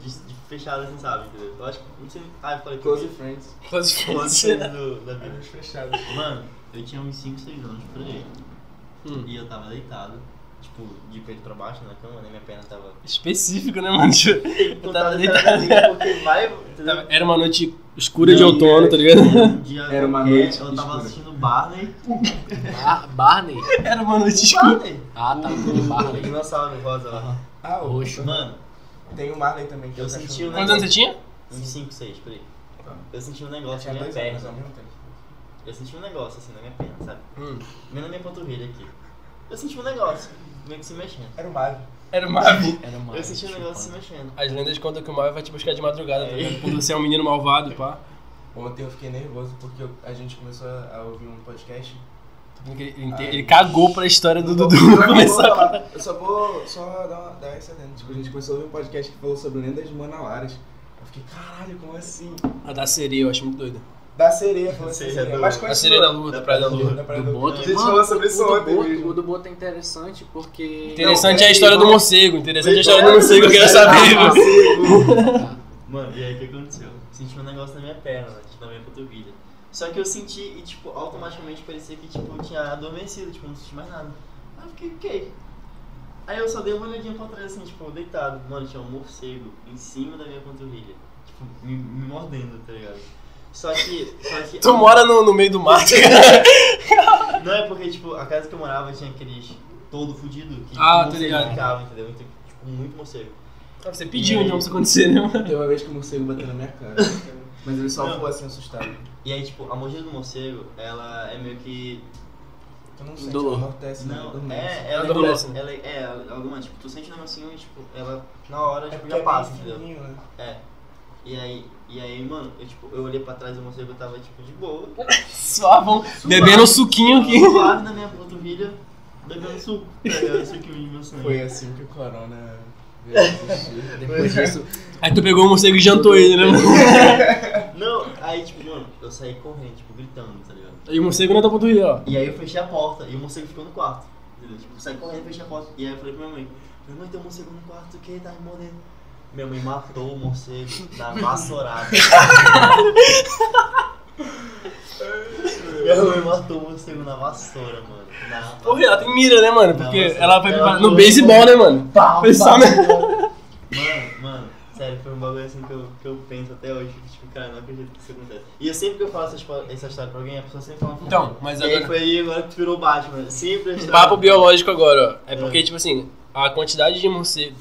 S3: de, de fechado, assim, sabe? Entendeu? Eu acho que. Não sei. Ah, eu falei
S4: Close
S3: que.
S4: Friends.
S2: Close friends.
S3: Close do, da vida.
S4: Olhos fechados.
S3: Mano, eu tinha uns 5, 6 anos por aí.
S2: Hum.
S3: E eu tava deitado, tipo, de peito pra baixo na cama, né? Minha perna tava.
S2: Específico, né, mano?
S3: Eu
S2: tava
S3: deitado porque vai. entendeu?
S2: Era uma noite Escura de
S3: Não,
S2: outono, tá ligado?
S3: Um dia
S4: Era uma
S3: qualquer,
S4: noite
S3: Eu tava
S4: escura.
S3: assistindo Barney.
S1: Bar- Barney?
S2: Era uma noite
S3: Barney!
S1: Ah, tá.
S3: O- O
S1: Barney.
S3: dinossauro rosa lá.
S4: Ah, o
S1: Roxo.
S3: Mano,
S4: Tem o Marley também. que
S3: Eu
S4: é o cachorro.
S3: senti o
S2: Quantos anos você tinha?
S3: uns 5, 6, peraí.
S4: Tá.
S3: Eu senti um
S4: Eu
S3: negócio
S4: tinha
S3: na minha
S4: dois anos né?
S3: perna.
S4: ao mesmo tempo.
S3: Eu senti um negócio assim na minha perna, sabe?
S2: Hum.
S3: Vem na minha panturrilha aqui. Eu senti um negócio, meio que se mexendo.
S4: Era o Marley.
S2: Era o Mavi.
S1: Era uma. tipo
S3: Eu senti um negócio se
S4: assim,
S1: chupando.
S3: mexendo.
S2: As lendas contam que o Mavi vai te buscar de madrugada, tá ligado? Quando você é um menino malvado, pá.
S4: Ontem eu fiquei nervoso porque eu- a gente começou a a ouvir um podcast.
S2: Ele, ele- ele cagou pra história do Dudu.
S4: Eu,
S2: Começou a contar.
S4: eu só vou só dar, uma, dar essa lenda. Tipo, a gente começou a ouvir um podcast que falou sobre lendas manauaras. Eu fiquei, caralho, como assim?
S2: A da sereia, eu acho muito doida.
S4: Da sereia, falou da
S3: Sereia
S4: sereia.
S3: do-
S4: Mas
S2: A sereia da
S4: continua.
S2: lua,
S3: Da
S2: da praia da
S3: praia
S2: lua.
S4: Da praia
S1: Do
S4: do-
S1: Boto.
S4: A gente
S1: Mano,
S4: falou sobre isso
S1: o do
S4: ontem
S1: Boto-
S4: mesmo.
S1: O do Boto é interessante porque.
S2: Interessante é a
S4: peraí,
S2: história do
S4: vamos-
S2: morcego. Interessante é a história do morcego, eu quero saber. mano.
S3: Mano, e aí o que aconteceu? Senti um negócio na minha perna, né, tipo, na minha panturrilha. Só que eu senti e, tipo, automaticamente parecia que, tipo, eu tinha adormecido, tipo, não senti mais nada. Aí eu fiquei, ok. Aí eu só dei uma olhadinha pra trás, assim, tipo, deitado. Mano, tinha um morcego em cima da minha panturrilha. Tipo, me, me mordendo, tá ligado? Só que, só que...
S2: Tu mora no, no meio do mato, cara.
S3: Não é porque, tipo, a casa que eu morava tinha aqueles todo fudido que
S2: Ah,
S3: o
S2: tô
S3: morcego
S2: ligado.
S3: ficava, entendeu? Então, tipo, muito morcego.
S2: Você pediu então pra isso acontecer, né? mano?
S4: Tem uma vez que o morcego bateu na minha cara. Mas ele só ficou assim assustado.
S3: E aí, tipo, a mordida do morcego, ela é meio que
S4: Tu não sente,
S1: Dolor.
S4: ela amortece, né?
S3: Não,
S4: Dormente.
S3: é, ela, ela,
S2: Adormece,
S3: ela, é, alguma, tipo, tu sente um negocinho e, tipo, ela, na hora, tipo, já passa, entendeu?
S4: fininho, é né?
S3: É. E aí, e aí, mano, eu, tipo, eu olhei pra trás e o morcego tava, tipo, de boa.
S2: Suavam, bebendo um suquinho aqui.
S3: Suave na minha panturrilha, bebendo suco. Tá Pegando suquinho de meu sangue.
S4: Foi assim que o corona veio a existir.
S1: Depois disso,
S2: Aí tu pegou o morcego e jantou ele, né? mano?
S3: Não, aí, tipo, mano, eu saí correndo, tipo, gritando, tá ligado?
S2: E o morcego não tá pra tu rir, ó.
S3: E aí eu fechei a porta e o morcego ficou no quarto. Entendeu? Tipo, eu saí correndo, fechei a porta. E aí eu falei pra minha mãe, minha mãe tem um morcego no quarto, o que? Tá me mordendo. Minha mãe matou o morcego na vassourada. minha mãe matou o morcego na vassoura, mano. Na...
S2: Porra, ela tem mira, né, mano? Porque
S3: Nossa,
S2: ela vai
S3: ela
S2: no
S3: foi-
S2: beisebol, né, mano?
S3: Pau,
S2: Foi só,
S3: pau,
S2: né?
S3: pau. Mano, mano, sério, foi um bagulho assim que eu, que eu penso até hoje. que, Tipo, cara, não acredito que isso acontece. E eu sempre que eu falo essa, história- essa história pra alguém, a pessoa sempre fala.
S2: Então, mas
S3: e aí
S2: agora.
S3: foi aí agora que tu virou Batman. Sempre a
S2: Um
S3: história-
S2: papo biológico agora, ó. É
S3: É.
S2: porque, tipo assim, a quantidade de morcego.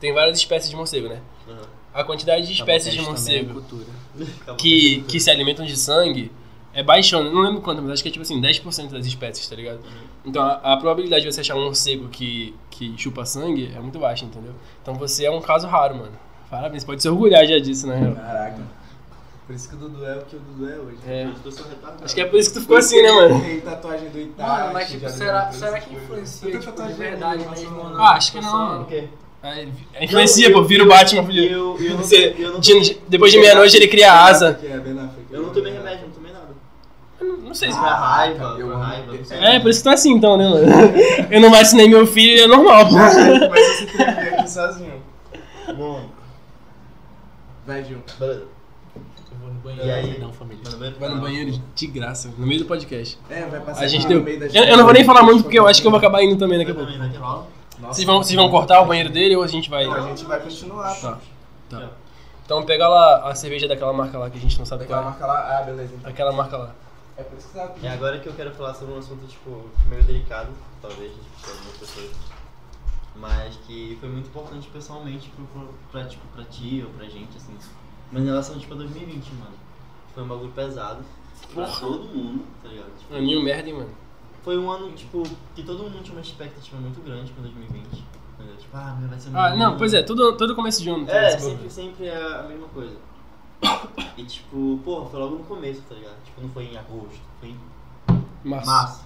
S2: Tem várias espécies de morcego, né?
S3: Aham.
S2: A quantidade de espécies de
S1: Cabocast também é
S2: morcego
S1: cultura.
S3: Acabou
S2: que,
S3: com a
S2: que se alimentam de sangue é baixando. Não lembro quanto, mas acho que é tipo assim, 10% das espécies, tá ligado? Então a, a probabilidade de você achar um morcego que, que chupa sangue é muito baixa, entendeu? Então você é um caso raro, mano. Parabéns, pode se orgulhar já disso, né? na real.
S4: Caraca. Por isso que o Dudu é o que o Dudu é hoje.
S2: É.
S3: Eu sou retardado.
S2: Acho que é por isso que tu ficou assim, né, mano?
S4: Tem tatuagem do Itachi.
S1: Mano, mas tipo,
S4: Ah, já assim.
S1: será,
S4: levantou
S1: será
S4: essas
S1: que
S4: coisas.
S1: influencia tipo,
S4: Tanta
S1: de
S4: tatuagem
S1: verdade
S4: no
S1: mesmo?
S4: nosso-
S1: ou Tipo assim,
S2: Ah, acho que não,
S1: Só-
S2: mano.
S3: Ok.
S2: É, influencia, pô, vira o Batman. filho.
S3: Eu, eu, não,
S2: Você-
S3: eu, não,
S2: de- depois de meia-noite ele cria a asa.
S4: Que é Ben Affleck.
S3: eu não tomei remédio, não tomei nada.
S2: Eu Não, não sei se
S3: Pra
S2: "Ah,
S3: raiva,
S4: eu
S3: pra
S4: amo
S3: raiva.
S4: esse-
S2: É, por isso que tu é assim então, né, mano? Eu não vacinei meu filho, é normal, pô.
S4: Mas você tem aqui sozinho.
S3: Bom,
S4: Vai, Gil.
S3: beleza.
S5: Eu vou no banheiro.
S3: E aí?
S1: Não, um família.
S3: Mano, vai-
S2: Vai no banheiro de graça, no meio do podcast.
S4: É, vai passar
S2: A gente
S4: no
S2: deu.
S4: meio da
S2: Eu, eu não vou nem falar muito porque eu acho que eu vou acabar indo também daqui a
S3: Eu
S2: pouco.
S3: também, daqui a pouco.
S4: Nossa.
S2: Vocês vão, vocês vão cortar o banheiro dele ou a gente vai.
S4: Não, a gente vai continuar.
S2: Tá. Tá. Então pega lá a cerveja daquela marca lá que a gente não sabe
S4: Daquela
S2: qual é.
S4: marca lá. Ah, beleza. então.
S2: Aquela marca lá.
S4: É por isso que tá
S3: E agora que eu quero falar sobre um assunto, tipo, meio delicado, talvez, tipo, pra algumas pessoas. Mas que foi muito importante pessoalmente pro, pro, pra, tipo, pra ti ou pra gente, assim. Mas em relação, tipo, a 2020, mano. Foi um bagulho pesado. Pra todo mundo, tá ligado? Tipo,
S2: Aninho merda, hein, mano.
S3: Foi um ano, tipo, que todo mundo tinha uma expectativa muito grande pra 2020. entendeu? Tipo, ah, mas vai ser
S2: Ah,
S3: muito
S2: não,
S3: bom.
S2: pois é, todo, todo começo de ano. tem
S3: É,
S2: esse
S3: sempre,
S2: bagulho.
S3: sempre é a mesma coisa. E tipo, porra, foi logo no começo, tá ligado? Tipo, não foi em agosto, foi em
S2: Março.
S3: março.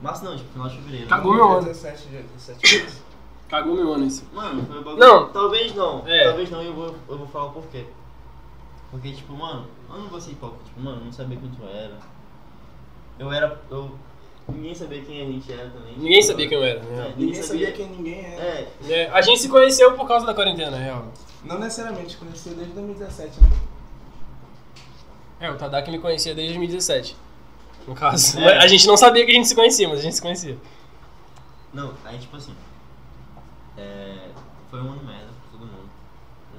S3: Março não, tipo, final de fevereiro.
S2: Cagou meu ano.
S4: 17 dias, 17 dias.
S2: Cagou meu ano isso.
S3: Mano, foi o bagulho.
S2: Não.
S3: Talvez não.
S2: É.
S3: Talvez não, e eu vou, eu vou falar o porquê. Porque, tipo, mano, eu não vou ser hipócrita. Tipo, mano, eu não sabia quem tu era. Eu era. Eu, ninguém sabia quem a gente era também.
S2: Ninguém sabia quem eu era,
S3: É,
S2: né?
S4: Ninguém sabia quem ninguém é.
S3: É,
S2: É, a gente se conheceu por causa da quarentena, na real.
S4: Não necessariamente, conheceu desde 2017, né?
S2: É, o Tadaki me conhecia desde 2017. No caso.
S3: É.
S2: A gente não sabia que a gente se conhecia, mas a gente se conhecia.
S3: Não, aí tipo assim. É, foi um ano merda pra todo mundo.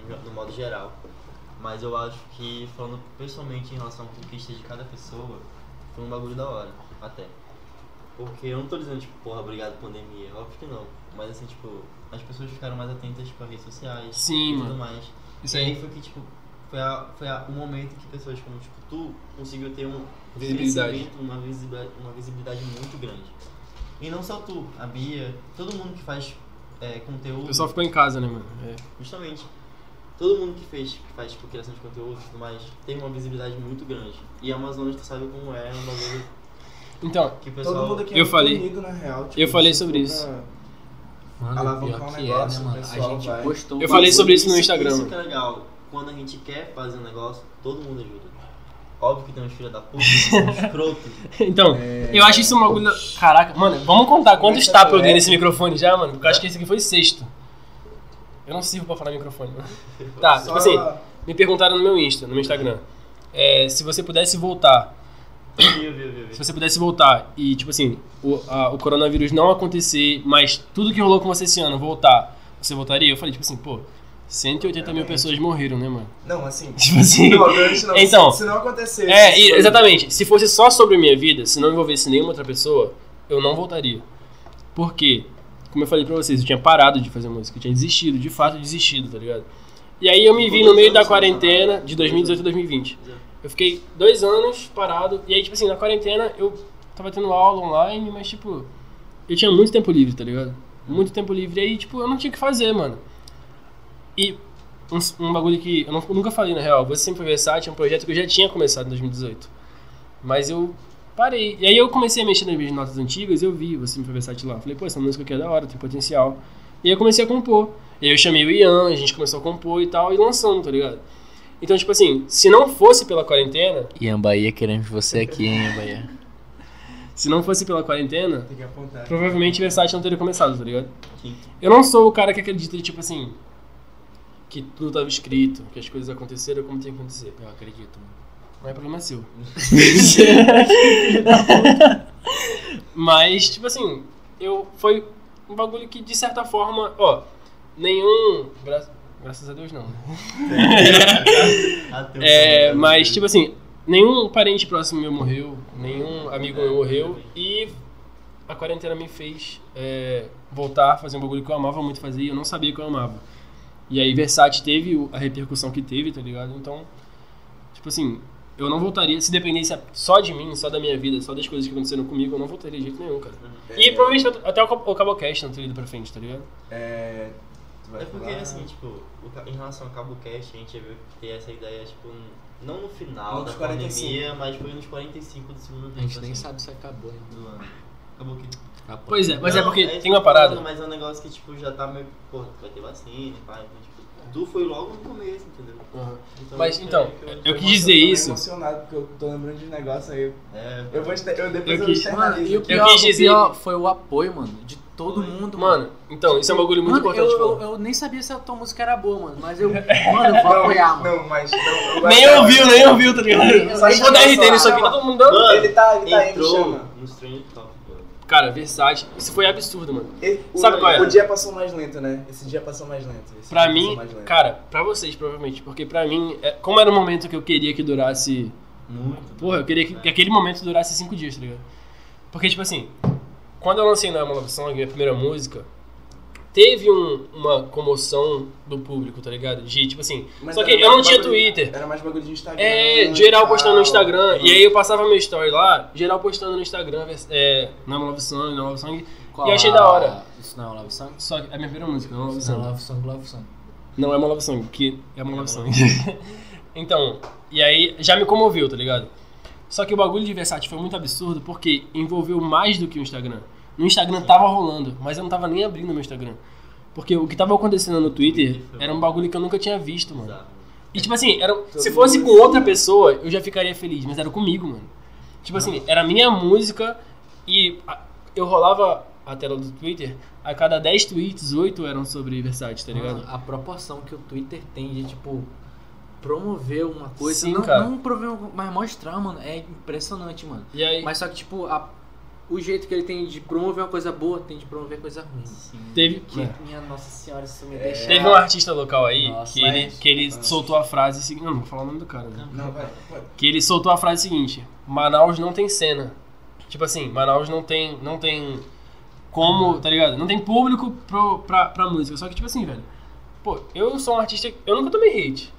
S3: no ge- No modo geral. Mas eu acho que, falando pessoalmente em relação à conquista de cada pessoa, foi um bagulho da hora, até. Porque eu não tô dizendo, tipo, porra, obrigado pandemia, óbvio que não. Mas assim, tipo, as pessoas ficaram mais atentas para redes sociais
S2: Sim,
S3: e tudo
S2: mano.
S3: mais.
S2: Isso
S3: e
S2: aí.
S3: foi que, tipo, foi, a, foi a, um momento que pessoas como, tipo, tu conseguiu ter um
S2: Visibilidade.
S3: crescimento, uma visibilidade, uma visibilidade muito grande. E não só tu, a Bia, todo mundo que faz é,
S2: O
S3: conteúdo.
S2: pessoal ficou em casa, né, mano? É.
S3: Justamente. Todo mundo que fez, que faz tipo, criação de conteúdo e tudo mais, tem uma visibilidade muito grande. E a Amazonas, tu sabe como é, é um bagulho
S2: Então,
S3: que o
S4: Todo
S3: pessoal...
S4: mundo aqui é
S2: Eu
S4: muito
S2: falei-
S4: unido, na real. tipo, é-
S2: eu falei
S4: se
S2: sobre
S4: for
S2: isso.
S4: pra-
S1: Mano,
S4: Alavancar
S1: pior que
S4: um
S1: é, né,
S4: negócio, o
S1: mano?
S4: pessoal
S1: a gente
S4: vai.
S1: postou um
S2: Eu falei
S1: bagulho-
S2: sobre isso no Instagram,
S3: Isso
S2: mano.
S3: que é legal. Quando a gente quer fazer um negócio, todo mundo ajuda. Óbvio que tem uns filhos da puta, que são escroto.
S2: então eu acho isso um bagulho. Caraca, mano, vamos contar quantos
S4: Começa
S2: tapas eu
S4: por
S2: dei
S4: essa. é.
S2: nesse microfone já, mano? Porque eu acho que esse aqui foi o sexto. Eu não sirvo pra falar microfone, mano. Tá,
S4: Só-
S2: tipo assim, me perguntaram no meu Insta, no meu Instagram. é, se você pudesse voltar
S3: Viu, viu, viu, viu.
S2: Se você pudesse voltar e, tipo assim, o, a- o coronavírus não acontecer, mas tudo que rolou com você esse ano voltar, você voltaria? Eu falei, tipo assim, pô, 180 mil pessoas morreram, né, mano?
S4: Não, assim.
S2: Tipo assim.
S4: Não, obviamente não.
S2: Então,
S4: se não acontecer.
S2: é,
S4: se
S2: e-
S4: for-
S2: exatamente. Se fosse só sobre a minha vida, se não envolvesse nenhuma outra pessoa, eu não voltaria. Por quê? Como eu falei pra vocês, eu tinha parado de fazer música, eu tinha desistido, de fato desistido, tá ligado? E aí eu me vi no meio da quarentena de 2018 a 2020. Eu fiquei dois anos parado, e aí, tipo assim, na quarentena eu tava tendo aula online, mas, tipo, eu tinha muito tempo livre, tá ligado? Muito tempo livre, e aí, tipo, eu não tinha o que fazer, mano. E um, um bagulho que eu não- nunca falei, na real, você sempre foi versátil, é um projeto que eu já tinha começado em 2018. Mas eu parei. E aí eu comecei a mexer nas minhas notas antigas e eu vi você me versátil lá. Falei, pô, essa música aqui é da hora, tem potencial. E aí eu comecei a compor. E aí eu chamei o Ian, a gente começou a compor e tal, e lançamos, tá ligado? Então, tipo assim, se não fosse pela quarentena,
S1: Ian Bahia, queremos você aqui, hein, Ian Bahia.
S2: se não fosse pela quarentena,
S4: Tem que apontar.
S2: provavelmente o Versace não teria começado, tá ligado?
S3: Sim.
S2: Eu não sou o cara que acredita, tipo assim, que tudo tava escrito, que as coisas aconteceram como tinha que acontecer.
S1: Eu acredito, mano.
S2: Não é problema seu. Mas, tipo assim, eu foi um bagulho que, de certa forma, ó, nenhum. gra- graças a Deus não, né?
S3: Até o
S2: É,
S3: final,
S2: mas,
S3: né?
S2: tipo assim, nenhum parente próximo meu morreu, nenhum amigo meu morreu, e a quarentena me fez é, voltar a fazer um bagulho que eu amava muito fazer e eu não sabia que eu amava. E aí, Versace teve o- a repercussão que teve, tá ligado? Então, tipo assim, eu não voltaria, se dependesse só de mim, só da minha vida, só das coisas que aconteceram comigo, eu não voltaria de jeito nenhum, cara.
S3: É.
S2: E provavelmente até o Cab- o Cabocast não teria ido pra frente, tá ligado?
S4: É. tu vai
S3: É porque,
S4: falar-
S3: assim, tipo, o ca- em relação ao Cabo Cast, a gente veio ter essa ideia, tipo, n- não no final
S4: Nos
S3: da
S4: 45.
S3: pandemia, mas foi nos 45 do segundo tempo.
S1: A gente nem
S3: assim,
S1: sabe se acabou ainda.
S3: Do ano. Acabou que...
S1: Acabou.
S2: Pois é, mas é
S3: Não,
S2: porque
S3: isso
S2: tem
S3: que
S2: uma
S3: eu tô falando,
S2: parada.
S3: Mas é um negócio que, tipo, já tá meio. Pô, vai ter vacina, pai. Então, tipo, tu foi logo no começo, entendeu?
S2: Aham.
S3: Então,
S2: Mas,
S3: isso é
S2: então,
S3: que
S2: eu quis dizer
S4: Nossa, eu tô meio
S2: isso.
S4: emocionado porque eu tô lembrando de um negócio aí.
S3: É,
S4: Eu vou. exter- Eu, depois
S2: Eu
S4: eu,
S2: quis-
S1: Mano,
S4: externalizo
S1: e o
S4: aqui.
S2: Eu
S1: pior,
S2: quis
S1: o
S2: dizer-
S1: pior foi o apoio, mano, de todo mundo,
S2: Mano, então, isso é um bagulho muito
S1: Mano,
S2: importante.
S1: eu,
S2: falar.
S1: eu, eu nem sabia se a tua música era boa, mano, mas eu, mano, eu vou apoiar, mano.
S4: Não, mas. Não, eu-
S2: Nem ouviu, nem ouviu, tá ligado?
S1: Eu
S2: Eu vou dar RT nisso aqui, todo mundo dando.
S3: Mano,
S4: Ele tá, ele tá indo,
S3: entrou
S4: chama.
S3: no Stranger Top, mano.
S2: Cara, Versace, isso foi absurdo, mano.
S4: Ele- o-
S2: Sabe qual é?
S4: O dia passou mais lento, né? Esse dia passou mais lento. Esse
S2: Pra
S4: dia
S2: mim,
S4: passou mais lento.
S2: cara, pra vocês provavelmente, porque pra mim, é- como era um momento que eu queria que durasse.
S3: Muito.
S2: Porra, eu queria que, que aquele momento durasse cinco dias, tá ligado? Porque, tipo assim, quando eu lancei na Love Song, minha primeira música, teve um- uma comoção do público, tá ligado? De, tipo assim.
S4: Mas
S2: só que
S4: era
S2: eu não
S4: mais um
S2: tinha
S4: bagulho-
S2: Twitter.
S4: Era mais bagulho de Instagram.
S2: É,
S4: e
S2: geral
S4: tal.
S2: postando no Instagram. E aí eu passava meu story lá, geral postando no Instagram, é, na Love Song, na Love Song.
S1: Qual
S2: E eu achei
S1: a-
S2: da hora.
S1: Isso não é Love Song?
S2: Só que é a minha primeira música, não é Love
S1: Isso não
S2: Song.
S1: é Love Song, Love Song.
S2: Não é uma love song, que é uma love song. então, e aí já me comoveu, tá ligado? Só que o bagulho de Versace foi muito absurdo porque envolveu mais do que o Instagram. No Instagram tava rolando, mas eu não tava nem abrindo meu Instagram. Porque o que tava acontecendo no Twitter era um bagulho que eu nunca tinha visto, mano.
S3: Exato.
S2: E tipo assim, era, se fosse
S1: é
S2: com outra pessoa, eu já ficaria feliz, mas era comigo, mano. Tipo assim, era a minha música e a- eu rolava a tela do Twitter, a cada 10 tweets, 8 eram sobre Versace, tá ligado?
S1: Mano, a proporção que o Twitter tem de, tipo, promover uma coisa.
S2: Sim,
S1: não, um,
S2: cara.
S1: não promover, mas mostrar, mano, é impressionante, mano.
S2: E aí,
S1: Mas só que, tipo, a o jeito que ele tem de promover uma coisa boa, tem de promover coisa ruim.
S2: Teve,
S1: Que,
S2: é.
S1: minha nossa senhora, isso me
S4: É.
S1: deixa...
S2: teve um artista local aí
S1: Nossa,
S2: que
S1: mas-
S2: ele, que ele
S4: mas-
S2: soltou a frase seguinte. Não, não vou falar o nome do cara, né?
S4: Não, vai.
S2: Que ele soltou a frase seguinte: Manaus não tem cena. Tipo assim, Manaus não tem. Não tem como, tá ligado? Não tem público pro, pra, pra música. Só que, tipo assim, velho. Pô, eu sou um artista. Eu nunca tomei hate.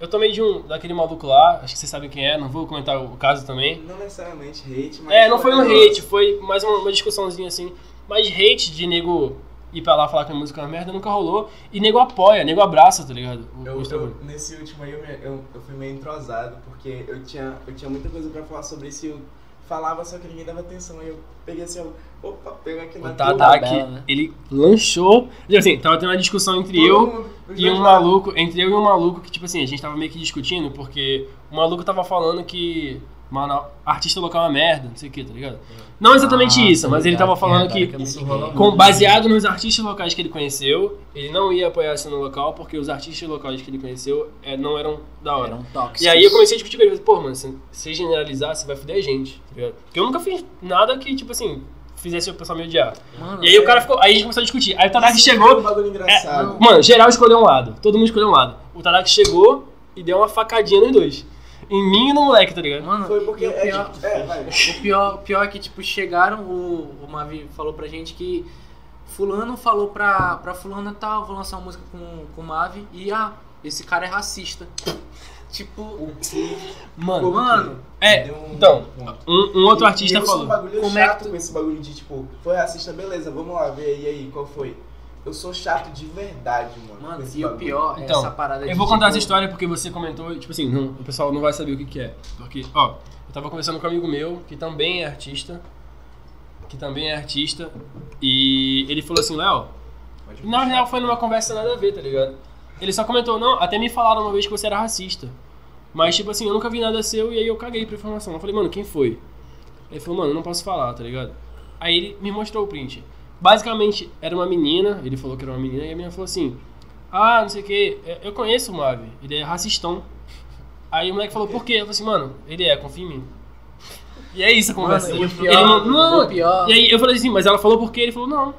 S2: Eu tomei de um. daquele maluco lá, acho que vocês sabem quem é, não vou comentar o caso também.
S4: Não necessariamente hate, mas.
S2: É, não foi um
S4: negócio.
S2: hate, foi mais uma, uma discussãozinha assim. Mas hate de nego ir pra lá falar que a música é uma merda nunca rolou. E nego apoia, nego abraça, tá ligado? O,
S4: Eu,
S2: os trabalhos.
S4: eu, nesse último aí eu, me- eu, eu fui meio entrosado, porque eu tinha, eu tinha muita coisa pra falar sobre isso e eu falava, só que ninguém dava atenção. Aí eu peguei assim, eu, opa, pega aqui na
S2: O
S4: tua-
S2: Tata aqui,
S1: tabela, né?
S2: ele lanchou. tipo Assim, tava tendo uma discussão entre
S4: todo
S2: eu
S4: mundo, os
S2: e
S4: dois
S2: um
S4: lados.
S2: maluco. Entre eu e um maluco que, tipo assim, a gente tava meio que discutindo, porque o maluco tava falando que. Mano, artista local é uma merda, não sei o que, tá ligado? Não exatamente
S1: Ah,
S2: isso,
S1: tá
S2: mas ele
S1: ligado,
S2: tava falando
S1: é,
S2: que
S1: basicamente
S3: isso rola
S1: gay.
S2: Com, baseado nos artistas locais que ele conheceu, ele não ia apoiar a cena local porque os artistas locais que ele conheceu eh, não eram da hora.
S1: Eram tóxicos.
S2: E aí eu comecei a discutir com ele, falei, pô, mano, se se generalizar, você vai fuder a gente, tá ligado? Porque eu nunca fiz nada que, tipo assim, fizesse o pessoal me odiar.
S1: Mano,
S2: E aí o cara ficou, aí a gente começou a discutir. Aí o Tanaka
S4: Isso foi Um
S2: Tá chegou,
S4: bagulho
S2: é,
S4: engraçado.
S2: mano, geral escolheu um lado, todo mundo escolheu um lado. O Tanaka chegou e deu uma facadinha nos dois. Em mim e no moleque, tá ligado?
S1: Mano,
S4: foi porque.
S1: e o
S4: É,
S1: pior-
S4: é, vai.
S1: O pior, o pior é que, tipo, chegaram, o, o Mavi falou pra gente que fulano falou pra, pra fulana tal, vou lançar uma música com, com o Mavi e, ah, esse cara é racista. Tipo,
S2: Mano,
S1: mano,
S2: é,
S4: Deu um
S2: então,
S4: ponto.
S2: um, um outro
S4: E-
S2: artista
S4: e eu sou um
S2: falou.
S4: bagulho
S1: Como é que
S4: chato com esse bagulho de tipo, foi racista, beleza, vamos lá ver aí, aí qual foi. Eu sou chato de verdade, mano. com
S1: mano,
S4: esse
S1: e o
S4: bagulho.
S1: pior é
S2: Então,
S1: essa parada
S2: Eu
S1: de,
S2: vou contar essa
S1: tipo,
S4: né?
S2: história porque você comentou, tipo assim, não- o pessoal não vai saber o que, que é. Porque, ó, eu tava conversando com um amigo meu, que também é artista, que também é artista, e ele falou assim, Léo, na real foi numa conversa nada a ver, tá ligado? Ele só comentou, não, até me falaram uma vez que você era racista. Mas, tipo assim, eu nunca vi nada seu e aí eu caguei pra informação. Eu falei, mano, quem foi? Ele falou, mano, eu não posso falar, tá ligado? Aí ele me mostrou o print. Basicamente, era uma menina, ele falou que era uma menina, e a menina falou assim: Ah, não sei o que, eu conheço o Mavi, ele é racistão. Aí o moleque falou, por quê? Eu falei assim, mano, ele é, confia em mim. E é isso a conversa.
S1: Mano, e Assim, o
S2: Ele
S1: pior-
S2: não- não,
S1: o pior-
S2: é- E aí eu falei assim, mas ela falou por quê? Ele falou, não.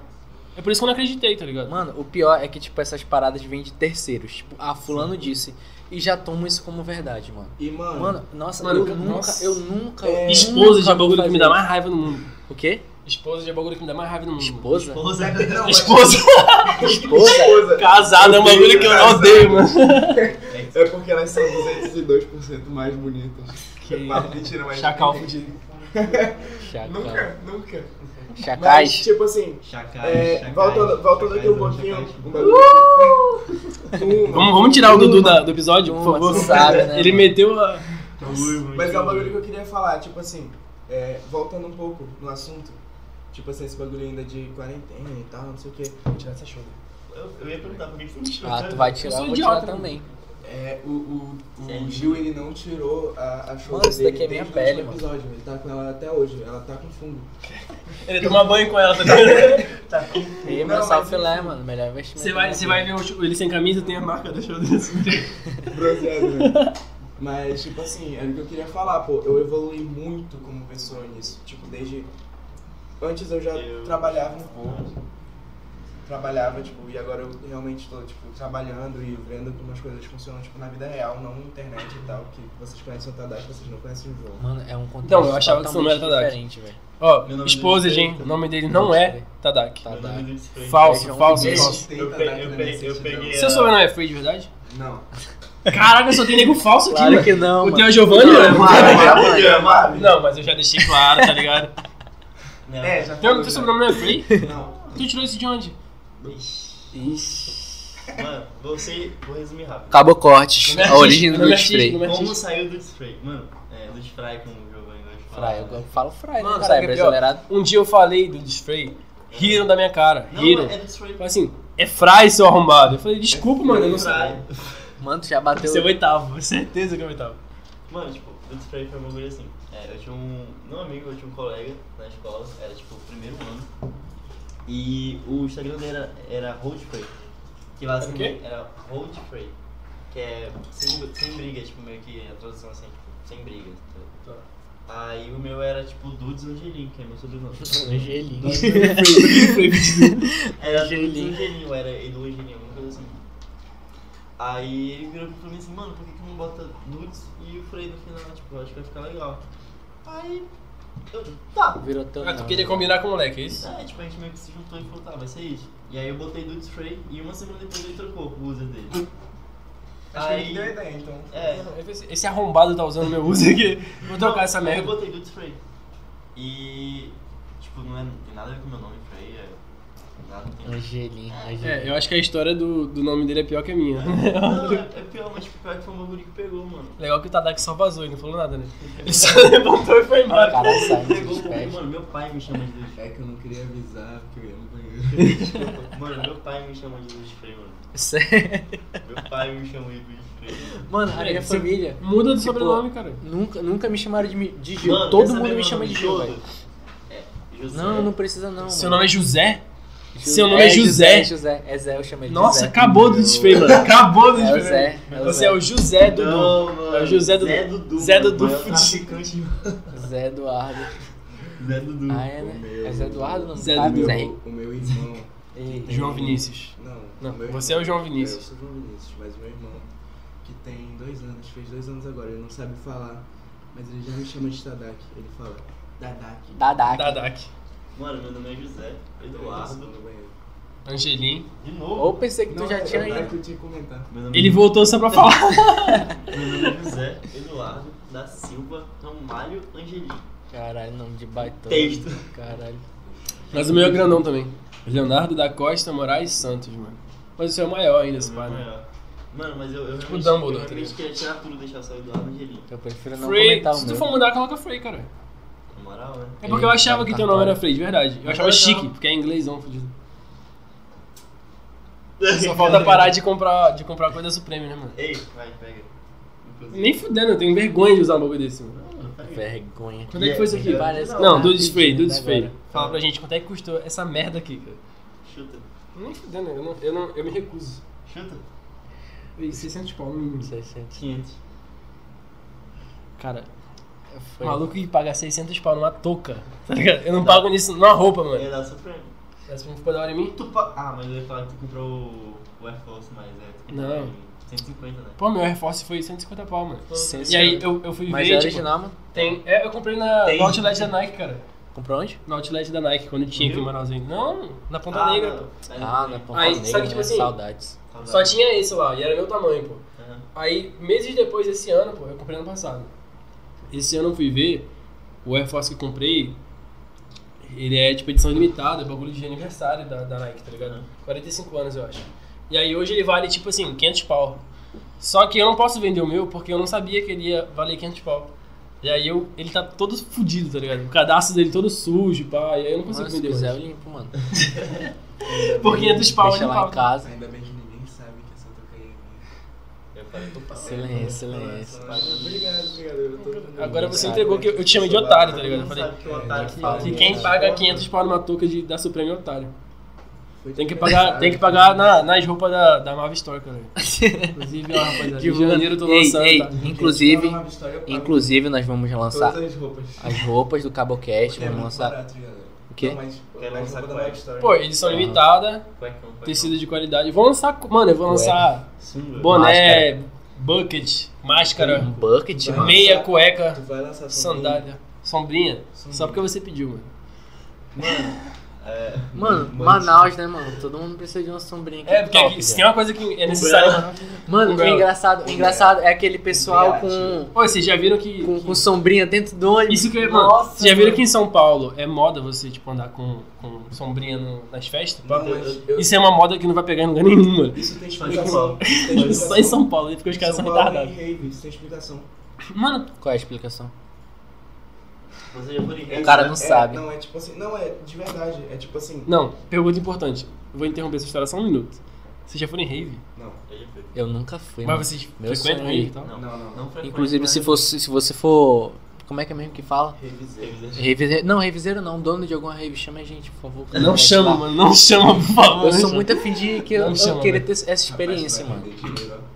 S2: É por isso que eu não acreditei, tá ligado?
S1: Mano, o pior é que, tipo, essas paradas vêm de terceiros. Tipo, ah, fulano disse. E já tomam isso como verdade, mano.
S4: E, mano,
S1: Mano, nossa,
S2: Mano,
S1: eu,
S2: eu-
S1: nunca,
S2: nossa.
S1: eu nunca,
S4: É.
S2: Esposa de
S1: nunca vou
S2: bagulho que me dá
S1: fazer
S2: mais Hum, raiva no mundo.
S1: isso. O quê?
S2: Esposa de bagulho que me dá mais raiva no mundo.
S1: Esposa?
S3: Esposa.
S4: Não, mas-
S2: Esposa.
S1: Esposa?
S2: Casada é um bagulho que eu
S4: Casada.
S2: odeio, mano.
S4: É porque elas são 202% mais bonitas.
S2: Que-
S4: Mas, mentira, mas.
S2: Chacal fudido.
S1: Chacal.
S4: Nunca, nunca.
S1: Chacais.
S4: Mas, tipo assim,
S3: Chacai,
S4: é,
S3: chacai,
S4: voltando, voltando
S3: chacai,
S4: aqui um
S3: chacai,
S4: pouquinho.
S3: chacai.
S4: Um bagulho. Uma.
S2: Uh! Vamos, vamos tirar o Dudu da- do episódio, por
S1: Uma,
S2: favor.
S1: tu sabe, né,
S2: Ele
S1: mano?
S2: meteu a.
S4: Mas é um bagulho que eu queria falar, tipo assim, é, voltando um pouco no assunto. Tipo assim, esse bagulho ainda de quarentena e tal, não sei o que.
S2: Tirar essa chuva.
S3: Eu, eu ia perguntar por que que você me chorou.
S1: Ah, tu vai
S2: tipo, Eu
S1: tirar,
S2: sou
S1: eu vou
S2: idiota,
S1: tirar
S2: mano.
S1: também.
S4: É, o, o, o
S3: Sério?
S4: Gil ele não tirou a, a show
S1: Mano, isso
S4: dele
S1: daqui é minha
S4: desde o
S1: pele,
S4: último
S1: mano.
S4: episódio. Ele tá com ela até hoje, ela tá com fungo.
S2: Ele toma banho com ela, tá ligado?
S3: Tá.
S1: E
S4: Não,
S1: meu sal
S4: mas
S1: filé, mano. Melhor investimento.
S2: Você vai, você vai ver o chu- ele sem camisa, tem a marca da chuva dele.
S4: Bronzeado, né? Mas, tipo assim, era o que eu queria falar, pô. Eu evolui muito como pessoa nisso. Tipo, desde. Antes eu já
S3: Eu-
S4: trabalhava um pouco. Trabalhava, tipo, e agora eu realmente tô, tipo, trabalhando e vendo como as coisas funcionam, tipo, na vida real, não na internet e tal, que vocês conhecem o Tadashi, vocês não conhecem o jogo.
S1: Mano, é um contexto
S2: Então, eu achava que isso não era
S1: totalmente
S2: Tadashi.
S1: diferente, velho.
S2: Ó,
S3: Meu nome
S2: esposa,
S3: dele é
S2: hein? O nome dele não é Tadak.
S1: Tá.
S3: Meu nome dele se foi-
S2: Falso,
S1: Feijão
S2: falso,
S1: com
S2: falso.
S4: Tem
S3: Eu
S4: Tadashi
S3: peguei- eu
S4: na
S3: peguei- eu
S4: certidão.
S3: peguei-
S2: Seu sobrenome é Free de verdade?
S4: Não.
S2: Caraca, só tem nego falso aqui.
S1: Claro
S2: mano.
S1: que não,
S2: O
S1: mano.
S2: teu é Giovanni?
S1: Não,
S2: né?
S1: mano.
S2: Não, mas eu já deixei claro, tá ligado?
S3: Não.
S4: É, já
S2: Teu,
S4: falou,
S2: teu
S4: já.
S2: sobrenome não é Free?
S4: Não.
S2: Tu tirou isso de onde?
S3: Ixi.
S1: Ixi.
S3: Mano, você. Vou resumir rápido.
S1: Cabo Cortes, a origem
S2: Nome
S1: do
S2: artístico,
S1: spray.
S2: nome
S3: Como
S2: artístico.
S3: saiu do spray? Mano, é, do spray com o né, Giovanni vai falar.
S1: Fry, eu falo fry, né,
S2: Mano,
S1: caralho?
S2: sabe o que é pior?
S1: Brasileirado.
S2: Um dia eu falei do spray, riram da minha cara,
S3: Não,
S2: riram.
S3: é do spray.
S2: Falaram assim, é fry, seu arrombado. Eu falei, desculpa, mano, eu não sei.
S3: Fry.
S1: Mano, tu já bateu.
S2: Você é o oitavo, certeza que é o oitavo.
S3: Mano, tipo, eu spray foi um bagulho assim. É, eu tinha um. Não amigo, eu tinha um colega na escola, era tipo o primeiro ano. E o Instagram dele era, era Roadspray. Que lá
S2: Era o
S3: assim,
S2: quê?
S3: era Roadspray. Que é sem, sem briga, tipo, meio que a tradução assim, tipo, sem briga. tá? Aí o meu era tipo Dudes Angelim, que é meu sobrenome.
S1: Angelim.
S3: Era
S1: Angelim.
S3: Angelim. Angelim, era Edu Angelim, alguma coisa assim. Aí ele virou pra mim assim, mano, por que que não bota Dudes e o Frei no final? Tipo, eu acho que vai ficar legal. Aí eu, tá.
S1: Virou tão.
S2: Ah, tu queria combinar com o moleque, é isso?
S3: É, tipo, a gente meio que se juntou e falou, tá, vai ser isso. E aí eu botei Dudes Frei e uma semana depois ele trocou o user dele.
S4: Acho que ele
S3: Aí,
S4: deu ideia, então.
S3: é,
S2: Esse- Esse arrombado tá usando meu uso aqui. Vou trocar essa
S3: Aí Eu
S2: merda.
S3: botei Dudes Frey. E. Tipo, não, é, não tem nada a ver com meu nome, Frey. É, nada, não tem
S1: Angelim,
S2: É, eu acho que a história do, do nome dele é pior que a minha.
S3: Não, é, é pior, mas tipo, pior que foi um bagulho que pegou, mano.
S2: Legal que o Tadak só vazou e não falou nada, né? Ele só levantou e foi embora.
S1: Caralho, saindo
S3: Pegou
S1: dos
S3: porque,
S1: pés.
S3: mano, meu pai me chama de Dudes Frey.
S4: É que eu não queria avisar, porque eu ia no banheiro.
S3: Mano, meu pai me chama de Dudes Frey, mano.
S1: Sério.
S3: Meu pai me chama de Dudes Frey.
S1: Mano, a minha
S2: Você
S1: família.
S2: Muda de
S1: Tipo,
S2: sobrenome, cara.
S1: Nunca, nunca me chamaram de, mi- de Gil.
S3: Mano, quer
S1: Todo
S3: saber
S1: mundo
S3: meu
S1: me chama
S3: nome
S1: de Gil,
S3: todo?
S1: velho.
S3: É, José.
S1: Não, não precisa não.
S2: Seu
S1: mano.
S2: nome é José? Seu nome é
S1: É
S2: José.
S1: José, é Zé, eu chamei de
S2: Nossa,
S1: José.
S2: acabou do desfeio, mano. Acabou do
S1: É o
S2: desfeio.
S1: Zé. É o
S2: Você é
S1: Zé.
S2: o José Dudu.
S3: Não, mano.
S2: É o José Dudu.
S3: Zé Dudu.
S2: Zé
S3: mano,
S2: Dudu
S3: é o
S2: fudido.
S3: traficante.
S1: Zé Eduardo.
S3: Zé Dudu.
S1: Ah, é,
S4: O
S1: né?
S4: meu-
S1: É Zé Eduardo, não?
S2: Zé
S1: Ah,
S4: o,
S2: Dudu.
S1: Zé.
S4: meu, o meu irmão.
S1: Ei.
S2: João Vinícius.
S4: Não, o
S2: Não,
S4: meu
S2: você é o João Vinícius.
S4: Eu sou o João Vinícius, mas meu irmão, que tem dois anos, fez dois anos agora, ele não sabe falar, mas ele já me chama de Tadak. Ele fala, Dadak.
S1: Dadak.
S2: Tadak.
S3: Mano, meu nome é José. Eduardo.
S4: No banheiro.
S2: Angelim.
S3: De novo.
S1: Ou pensei que tu
S4: Não,
S1: já
S4: é
S1: tinha
S4: Dadak
S1: ido.
S4: que eu tinha que comentar.
S3: Meu nome
S2: Ele
S3: é
S2: voltou só pra falar.
S3: Meu nome é José Eduardo da Silva Ramalho Angelim.
S1: Caralho, nome de baitola.
S3: Texto.
S1: Caralho.
S2: Mas o meu é grandão também. Leonardo da Costa Moraes Santos, mano. Mas o seu é o maior ainda, esse pai, né?
S3: Maior. Mano, mas eu, eu
S2: Tipo
S3: realmente,
S2: Dumbledore,
S3: eu
S2: tá
S3: realmente
S2: ligado?
S3: queria tirar tudo e deixar só Eduardo Angelim.
S1: Eu prefiro não
S2: Frey.
S1: comentar o
S2: Se tu
S1: meu.
S2: for mudar, coloca Frey, cara.
S3: Na moral, né?
S2: É porque eu
S1: Ele
S2: achava
S1: tá
S2: que teu nome era
S1: tatuado.
S2: Frey, de verdade. Eu achava
S3: Mas não.
S2: chique, porque é inglêsão, fudido. Só falta parar de comprar, de comprar coisa Supreme, né, mano?
S3: Ei, vai, pega. Inclusive.
S2: Nem fudendo, eu tenho vergonha de usar um bagulho desse, mano.
S3: Não, pega.
S1: Vergonha.
S2: Quanto é que foi isso aqui?
S1: Parece que
S2: Não,
S1: tá
S2: do display, do
S1: pedindo
S2: display.
S1: agora.
S2: Fala pra gente quanto é que custou essa merda aqui, cara.
S3: Chuta.
S2: Nem fudendo, eu, não, eu, não, eu me recuso.
S3: Chuta.
S2: Ei, 600 pau no mínimo.
S1: 600.
S3: 500.
S2: Cara,
S1: Foi.
S2: maluco que paga 600 pau numa touca, tá ligado? Eu não pago nisso numa roupa,
S3: Eu ia
S2: mano.
S3: dar Supreme.
S2: Essa pra mim ficou da hora em mim?
S3: Tu pa... Ah, mas eu ia falar que tu comprou o, o Air Force, mas é. Tu comprou
S2: Não.
S3: em 150, né?
S2: Pô, meu Air Force foi 150 pau, mano. E
S1: 150.
S2: aí eu, eu fui
S1: Mas
S2: ver,
S1: é
S2: tipo,
S1: original, mano.
S2: tem... É, eu comprei na,
S3: Tem.
S2: no outlet da Nike, cara.
S1: Comprou onde?
S2: No outlet da Nike, quando tinha aqui em
S3: Rio?
S2: Manauszinho. Não, na Ponta
S3: ah,
S2: Negra, pô. tá
S3: não. É,
S1: Ah, na
S3: tem.
S1: Ponta
S2: Aí,
S1: Negra,
S2: só que, tipo
S1: né?
S2: assim,
S1: Saudades.
S3: Tá
S2: Só
S3: bom.
S2: tinha esse lá, e era meu tamanho, pô.
S3: Aham.
S2: Aí, meses depois desse ano, pô, eu comprei ano passado. Esse ano eu fui ver, o Air Force que eu comprei, ele é tipo edição limitada, é bagulho de aniversário da, da Nike, tá ligado?
S3: Uhum.
S2: 45 anos, eu acho. E aí hoje ele vale tipo assim, 500 pau. Só que eu não posso vender o meu porque eu não sabia que ele ia valer 500 pau. E aí eu, ele tá todo fudido, tá ligado? O cadastro dele todo sujo, pá, e aí eu não consigo
S1: Mano, se
S2: vender
S1: quiser eu
S2: mais.
S1: limpo, mano.
S2: Por
S1: é
S2: 500 pau ele
S1: Deixa lá
S2: fala.
S1: em casa.
S4: Ainda bem que ninguém sabe que essa toca aí é minha.
S3: Eu falei, tô falando.
S1: Silêncio, silêncio.
S4: Obrigado, obrigado. Eu tô dando-
S2: Agora você
S1: Cara,
S2: entregou que eu, eu te chamei de otário, tá ligado? Eu falei,
S3: Sabe que o otário
S4: que-
S3: fala.
S2: que
S1: que
S2: quem
S1: é.
S2: paga 500 pau numa touca de, da Supreme é otário.
S4: tipo, Foi
S2: Tem que
S4: de
S2: pagar,
S4: aniversário.
S2: tem que pagar na, nas roupas da, da Marvel Store, cara. Inclusive, ó, rapaziada, em janeiro eu tô
S1: ei,
S2: lançando,
S1: ei,
S2: tá?
S4: Gente,
S1: inclusive,
S4: fala uma história, eu pago
S1: inclusive nós vamos lançar
S4: Todas as roupas.
S1: as roupas do Cabocast, vamos
S4: É muito
S1: lançar. um
S4: barato, galera.
S1: O quê?
S4: Não, mas-
S3: Quer
S4: mas
S3: lançar
S4: roupa da
S3: qual é?
S4: Life Story.
S2: Pô, edição
S1: Aham.
S2: limitada,
S3: né? Cuecão, cuecão.
S2: tecido de qualidade. Vou lançar, co- mano, eu vou lançar
S3: Sunga.
S2: boné, bucket, máscara,
S1: Um
S2: Tá
S1: bucket,
S4: Vai.
S1: mano.
S2: meia,
S4: Tu
S2: cueca,
S4: vai lançar
S2: sandália, sombrinha. Só
S4: Sombrinha.
S2: porque você pediu, mano.
S3: É,
S1: Mano, Manaus, né, mano? Todo mundo precisa de uma sombrinha aqui.
S2: É, porque
S1: top,
S2: aqui, se tem
S1: velho.
S2: uma coisa que é necessária...
S1: Mano, o
S2: Umbrella.
S1: engraçado, o engraçado é aquele pessoal
S4: Umbrella.
S1: com,
S2: Pô, vocês já viram que...
S1: com, com sombrinha dentro do ônibus.
S2: Isso que eu ia- mano,
S1: Nossa,
S2: vocês já viram
S1: mano.
S2: que em São Paulo é moda você, tipo, andar com, com sombrinha no- nas festas?
S4: Não, mas eu-
S2: Isso é uma moda que não vai pegar em lugar nenhum, mano.
S4: Isso tem
S3: Só em
S4: explicação. Isso
S2: Só
S4: tem
S2: em
S1: um
S4: explicação.
S2: São Paulo, porque os
S1: é
S2: caras são
S4: São Paulo
S2: retardados.
S4: e rave, Isso tem explicação.
S2: Mano,
S1: Qual é a explicação?
S3: você já foi em
S1: O cara não
S4: É,
S1: sabe.
S4: Não, é tipo assim, não, é de verdade. É tipo assim.
S2: não, pergunta importante. Eu vou interromper essa história só um minuto. Vocês já foram em rave?
S4: Não,
S3: Ele foi.
S1: Eu nunca fui, mano.
S2: Mas vocês
S1: Meu
S2: frequentam
S1: sonho.
S2: rave e tal?
S3: Não,
S4: não, não.
S3: não foi
S1: Inclusive, se, fosse, se você for... Como é que é mesmo que fala?
S4: Revisei.
S1: Reviseiro, não, reviseiro não. Dono de alguma rave, chama a gente, por favor.
S2: Não chama,
S1: Lá.
S2: mano. Não chama, por favor.
S1: Eu
S2: não
S1: sou
S2: chama.
S1: muito afim de que eu,
S2: Não
S1: eu
S2: chama,
S1: queria
S2: né?
S1: ter essa experiência,
S4: Rapaz,
S1: mano.
S4: vai render dinheiro, ó.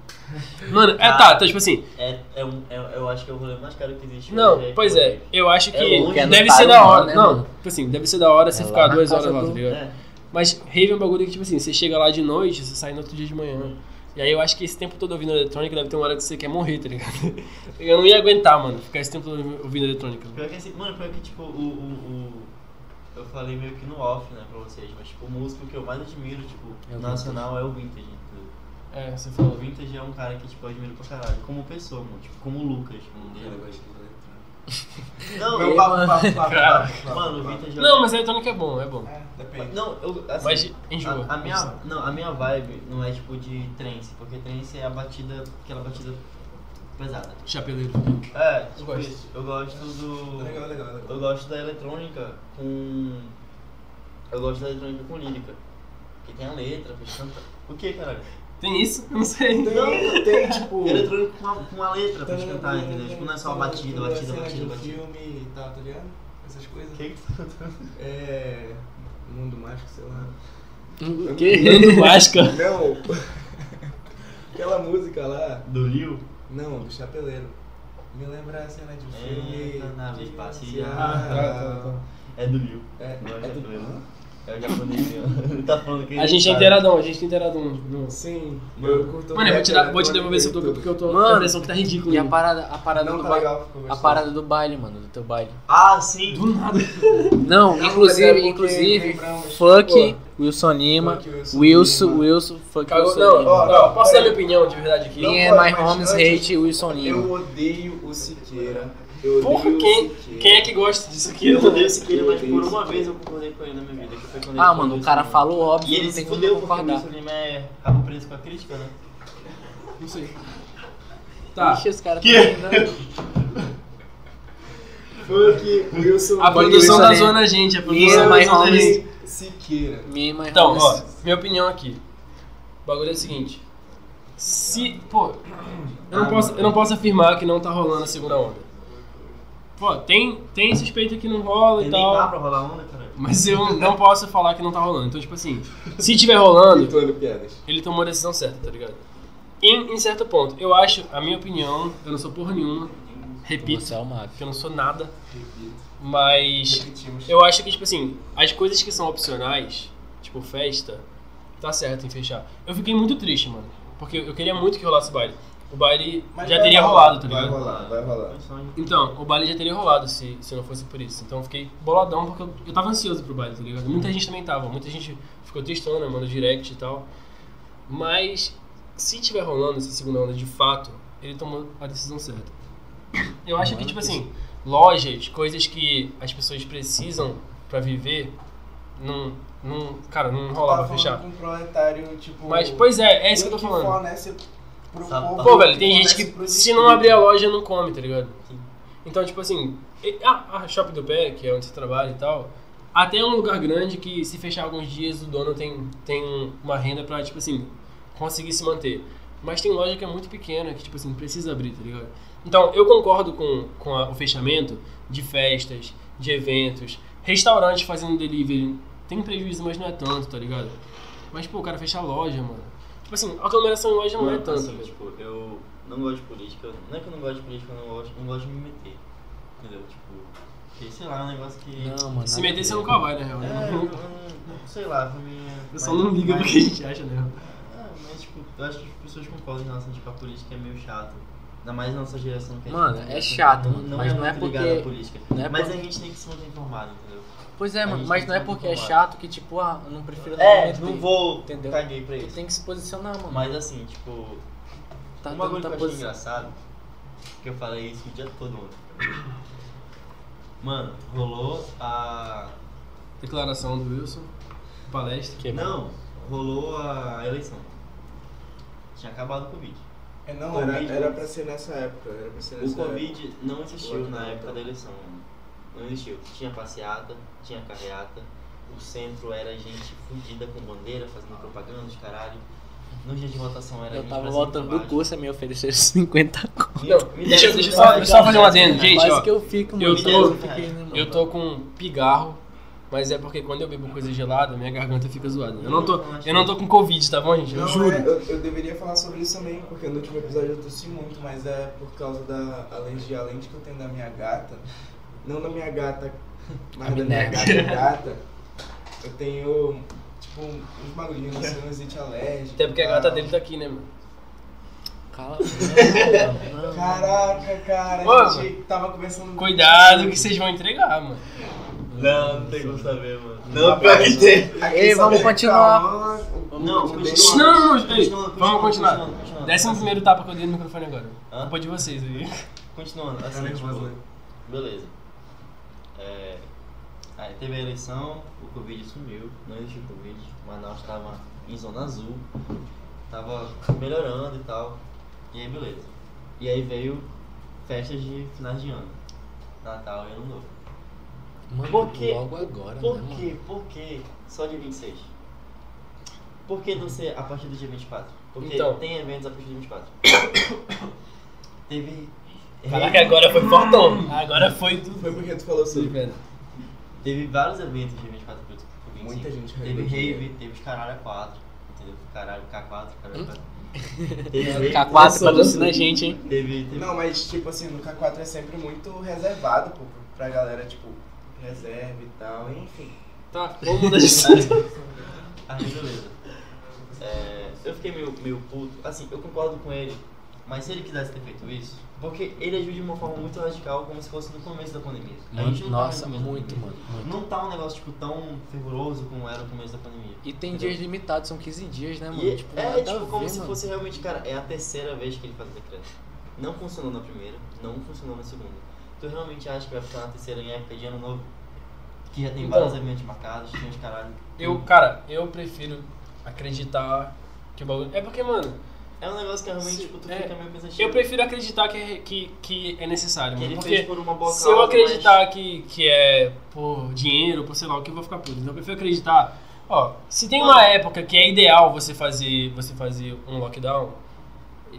S2: Mano, é tá, tá, tipo assim.
S3: É, é um, é, eu acho que é o rolê mais caro que existe.
S2: Não,
S3: hoje, é
S2: pois é.
S3: Coreia.
S2: Eu acho que
S3: É longe,
S2: deve
S3: é
S1: no
S2: ser da
S1: Tarumã,
S2: hora.
S1: né,
S2: não,
S1: mano?
S2: tipo assim, deve ser da hora você
S1: É
S2: ficar
S1: lá na
S2: duas horas
S1: casa
S2: lá, tá
S1: do-
S2: ligado?
S3: É.
S2: Mas rave é um bagulho que, tipo assim, você chega lá de noite, você sai no outro dia de manhã. E aí eu acho que esse tempo todo ouvindo eletrônica deve ter uma hora que você quer morrer, tá ligado? Eu não ia aguentar, mano, ficar esse tempo todo ouvindo eletrônica. né?
S3: Pior que assim, mano, pior que tipo, o, o, o- Eu falei meio que no off, né, pra vocês, mas tipo, o músico que eu mais admiro, tipo,
S1: É o
S3: nacional é o Vintage. entendeu?
S2: É, você
S3: O
S2: falou.
S3: Vintage é um cara que, tipo, eu admiro pra caralho. Como pessoa, mano. Tipo, como o Lucas, um dele. Não,
S4: Não,
S3: eu-
S4: papo, papo, papo, papo, papo.
S3: mano, o Vintage é um-
S2: Não, mas eletrônica é bom, é bom.
S4: É, depende.
S3: Não, eu. Assim,
S2: Mas enjoa.
S3: A, a minha, não, a minha vibe não é tipo de trance, porque trance é a batida, aquela batida pesada.
S2: Chapeleiro.
S3: É, tipo
S2: gosto.
S3: isso. Eu gosto do.
S4: Tá Legal, legal, legal.
S3: Eu gosto da eletrônica com. Eu gosto da eletrônica com lírica. Porque tem a letra, pra gente cantar. O que, caralho?
S2: Tem isso? Eu não sei.
S4: Tem, tem, tipo.
S3: Eletrônica com a, com a letra pra gente é
S4: um
S3: cantar, entendeu? Tipo, não é só a batida, batida,
S4: cena
S3: batida,
S4: de
S3: batida.
S4: um filme e tal, tá ligado? Essas coisas.
S3: Que que tu tá cantando?
S4: É. Mundo mágico, sei lá.
S1: O quê?
S2: Dando máscara.
S4: Não! Aquela música lá.
S3: Do Liu?
S4: Não, do Chapeleiro. Me lembra a cena de um
S3: É,
S4: filme.
S3: tá na vez
S4: de-
S3: passear.
S4: Ah, tá,
S3: É do Liu.
S4: tá. É,
S3: Não é
S4: é do-
S3: japonês, né? É o japonês, ó. Ele tá falando que
S2: A gente é
S3: sabe.
S2: interadão, a gente é interadão. Não.
S4: Sim,
S3: Eu-
S4: eu curto.
S2: Mano, eu vou,
S4: rap,
S2: tirar, vou te
S4: eletrônico
S2: devolver
S4: e
S2: esse toque
S4: tudo.
S2: porque eu tô com a
S1: Mano,
S2: impressão que tá ridículo.
S1: E a
S2: ainda.
S1: parada, a parada
S4: Não,
S1: do
S4: tá
S1: baile.
S4: legal, ficou
S1: A
S4: gostoso.
S1: parada do baile, mano, do teu baile.
S3: Ah, sim!
S2: Do nada.
S1: Não,
S4: mas é
S1: inclusive,
S4: porque
S1: inclusive,
S4: lembramos-
S1: fuck
S4: Pô.
S1: Wilson Lima,
S4: Fuck Wilson
S1: Wilson,
S4: Lima.
S1: Wilson, fuck
S2: Cagou.
S1: Wilson
S2: Não,
S1: Lima.
S4: Ó,
S2: não,
S4: ó,
S2: posso dar
S4: peraí.
S2: minha opinião de verdade aqui?
S4: Não
S1: Me and
S4: pode,
S1: my
S4: mas
S1: homies
S4: antes-
S1: hate Wilson Lima.
S4: Eu odeio o Siqueira. Eu
S2: Porra,
S4: odeio o
S2: quem,
S4: Siqueira.
S2: quem é que gosta disso aqui?
S3: Eu odeio esse queiro, mas
S4: Eu
S3: por
S4: odeio
S3: uma
S4: esse
S3: vez eu concordei com ele na minha vida. que foi quando ele
S1: Ah,
S3: falou
S1: mano, o
S3: isso,
S1: cara
S3: né?
S1: falou
S3: E
S1: óbvio,
S3: ele
S1: não tem
S3: se
S1: como
S3: fudeu
S1: não
S3: porque o
S1: concordar.
S3: Wilson Lima é rabo preso com a crítica, né?
S2: Não sei. Tá.
S1: Ixi, os caras
S3: Que?
S1: tão né? brigando.
S4: Fuck Wilson
S2: A
S1: Wilson
S2: produção tá
S1: Lima.
S2: zoando a gente, a
S1: Me
S2: produção
S1: and
S2: tá
S1: my
S2: zoando a gente.
S1: homies.
S4: Lima. Siqueira.
S1: Me and my
S2: Então, ó,
S1: homies.
S2: minha opinião aqui. O bagulho é o seguinte. Se. Pô, eu não posso, eu Ah, não posso afirmar que não tá rolando a segunda onda. Pô, tem, tem suspeita que não rola
S3: Ele
S2: e
S1: Então-
S3: nem dá
S2: tal.
S3: pra rolar onda, cara.
S2: Mas eu não posso falar que não tá rolando. Então, tipo assim, se tiver rolando,
S4: Contando piadas.
S2: ele tomou a decisão certa, tá ligado? Em, em certo ponto, eu acho, a minha opinião, eu não sou porra nenhuma,
S1: Você
S2: repito,
S1: é o Mavi.
S2: que eu não sou nada, mas
S4: Repetimos.
S2: eu acho que, tipo assim, as coisas que são opcionais, tipo festa, tá certo em fechar. Eu fiquei muito triste, mano. Porque eu queria muito que rolasse o baile. O baile
S4: Mas
S2: já
S4: vai
S2: teria
S4: rolar,
S2: rolado, tá
S4: Vai
S2: ligado?
S4: rolar, vai rolar.
S3: um
S2: Então, o baile já teria rolado se, se não fosse por isso. Então eu fiquei boladão porque eu, eu tava ansioso pro baile, tá ligado? Muita gente também tava, muita gente ficou tristona, mandou direct e tal. Mas se tiver rolando essa segunda onda de fato, ele tomou a decisão certa. Eu acho que,
S1: Mano, que
S2: tipo assim, lojas, coisas que as pessoas precisam pra viver, não. não cara, não rola pra
S4: Tava
S2: fechar.
S4: falando com um proletário, tipo...
S2: Mas, pois é, é isso que eu
S4: ele
S2: tô falando.
S4: fornece pro
S3: Sabe?
S4: povo,
S2: Pô, velho, tem
S4: fornece
S2: gente que
S4: pro
S2: se não
S4: distrito.
S2: abrir a loja não come, tá ligado? Então, tipo assim, e- a, a Shop do Pé, que é onde você trabalha e tal, até é um lugar grande que se fechar alguns dias o dono tem, tem uma renda pra, tipo assim, conseguir se manter. Mas tem loja que é muito pequena, que, tipo assim, precisa abrir, tá ligado? Então, eu concordo com, com a- o fechamento de festas, de eventos, restaurantes fazendo delivery. Tem prejuízo, mas não é tanto, tá ligado? Mas, pô, o cara fecha a loja, mano. Tipo assim, a aglomeração em loja não é
S3: Mano,
S2: tanto,
S3: assim,
S2: velho.
S3: tipo, eu não gosto de política. eu- Não é que eu não gosto de política, eu não gosto, não gosto de me meter. Entendeu? Tipo, porque, sei lá, é um negócio que.
S1: Não, mano.
S2: Se
S1: nada
S2: meter,
S1: a
S2: você
S1: ver.
S2: nunca vai, na real.
S3: É,
S2: né?
S3: eu não- sei lá, pra mim. é
S2: O
S1: um
S2: pessoal não liga pro que a gente acha, né?
S3: Ah, mas tipo, eu acho que as pessoas concordam em relação tipo, a política é meio chato. Ainda mais na nossa geração que a
S1: Mano,
S3: gente tá
S1: é chato,
S3: não,
S1: mano,
S3: não
S1: mas
S3: é
S1: não é
S3: muito ligado
S1: porque-
S3: à política.
S1: não é
S3: mas
S1: por-
S3: a gente tem que se manter informado, entendeu?
S1: Pois é,
S3: A
S1: mano,
S3: gente
S1: mas
S3: tem
S1: não é
S3: que
S1: porque é
S3: informar.
S1: chato que, tipo, ah, eu não prefiro no
S3: É,
S1: momento
S3: não
S1: que-
S3: vou,
S1: entendeu?
S3: caguei pra
S1: Tu
S3: isso.
S1: tem que se posicionar, mano.
S3: Mas assim, tipo,
S1: tá
S3: um
S1: dando
S3: bagulho
S1: tá
S3: que eu achei
S1: posição.
S3: engraçado, que eu falei isso o dia todo mundo. Mano, rolou a...
S2: Declaração do Wilson, palestra.
S1: Que- é
S3: Não, rolou a eleição. Tinha acabado o Covid.
S4: É, não, era,
S3: Covid.
S4: era pra ser nessa época, era pra ser
S3: O
S1: é
S4: nessa época.
S3: Covid não
S4: Eu
S3: existiu
S4: acho
S3: na
S4: que
S3: época
S4: não.
S3: da eleição. mano. Não existiu. Tinha passeata, tinha carreata, o centro era gente fudida com bandeira, fazendo propaganda, os caralho. No dia de votação era
S1: Eu
S3: gente
S1: tava
S3: pra cima e pra
S1: voltando do
S3: baixo.
S1: curso e me ofereceram 50 conto.
S3: Me-
S2: Não,
S3: me
S2: deixa-
S3: desce
S2: deixa
S3: o
S2: só-
S3: real,
S2: deixa eu só fazer um
S3: me
S2: adendo,
S3: desce o
S2: gente.
S3: real.
S1: Quase
S2: ó,
S1: que eu fico,
S2: eu
S1: mano.
S2: tô-
S1: fiquei, né, mano?
S2: Eu tô com pigarro, Mas é porque quando eu bebo coisa gelada, minha garganta fica zoada. Eu não tô, eu não tô com Covid, tá bom, gente? Eu
S4: Não,
S2: juro.
S4: é, eu, eu deveria falar sobre isso também, porque no último episódio eu tossi muito, mas é por causa da alergia, além de que eu tenho da minha gata, não da minha gata, mas da minha gata, gata, eu tenho, tipo, uns bagulhinhos, assim, sinusite alérgica.
S2: Até porque a
S4: e
S2: gata
S4: tal.
S2: dele tá aqui, né, mano?
S1: Cala.
S4: Caraca, cara,
S2: Ô,
S4: a gente tava conversando...
S2: Cuidado que vocês vão entregar, mano.
S3: Não, não tem como saber, mano. Não, pior que tem.
S1: Ei, vamos continuar.
S3: Não,
S2: Não, não,
S3: continua.
S2: não, ei,
S3: Continua,
S2: vamos
S3: continua,
S2: continuar. um
S3: continua, continua.
S2: Décimo primeiro tapa que eu dei no microfone agora.
S3: Ah, tá Hã?
S2: Culpa de vocês aí.
S3: Continuando, assim,
S4: Cara,
S3: tipo,
S4: nervoso, né?
S3: beleza. É, aí teve a eleição, o Covid sumiu, não existiu Covid, Manaus estava em zona azul, tava melhorando e tal, e aí beleza. E aí veio festas de finais de ano, Natal e Ano Novo.
S1: Mano,
S3: Por quê?
S1: logo agora,
S3: Por
S1: né, mano?
S3: que, por que só dia 26? Por que não ser a partir do dia 24? Porque
S2: Então.
S3: tem eventos a partir do 24. teve...
S2: Caraca, agora foi fortão. Agora foi tudo.
S4: Foi porque tu falou sobre...
S3: Teve vários eventos de 24 por 25.
S4: Muita gente
S3: Teve
S4: reuniu dinheiro.
S3: rave, teve os caralho a 4, entendeu? Caralho K4, caralho
S1: Hum?
S3: K4. Teve rave,
S1: K4 patrocina a gente, hein?
S3: teve, teve...
S4: Não, mas tipo assim, no K4 é sempre muito reservado, pô, pra galera, tipo, reserva e tal, enfim.
S2: Tá, vamos mudar de assunto.
S3: Aí, Ah, beleza. É, eu fiquei meio, meio puto. Assim, eu concordo com ele, mas se ele quisesse ter feito isso, porque ele agiu de uma forma muito radical, como se fosse no começo da pandemia. A gente
S1: Mano,
S3: não tá
S1: nossa,
S3: no começo da
S1: muito,
S3: pandemia.
S1: mano. Muito.
S3: Não tá um negócio, tipo, tão fervoroso como era no começo da pandemia.
S1: E tem dias limitados, são 15 dias, né, mano?
S3: E
S1: nada
S3: é
S1: a
S3: tipo como
S1: ver,
S3: se
S1: mano.
S3: fosse realmente, cara, é a terceira vez que ele faz o decreto. Não funcionou na primeira, não funcionou na segunda. Tu realmente acha que vai funcionar na terceira em época de ano novo? Que já tem
S2: Então.
S3: vários eventos marcados, tem uns caralho.
S2: Eu, cara, eu prefiro acreditar que o bagulho. É porque, mano,
S3: É um negócio que realmente,
S2: Se-
S3: tipo, tu
S2: é,
S3: fica meio pensativo.
S2: eu prefiro acreditar que, que, que é necessário.
S3: Que
S2: mano,
S3: ele
S2: porque
S3: fez por uma boa
S2: se eu
S3: causa,
S2: acreditar que, que é por dinheiro, por sei lá o que, eu vou ficar puto. Então eu prefiro acreditar. Ó, se tem uma época que é ideal você fazer, você fazer um lockdown,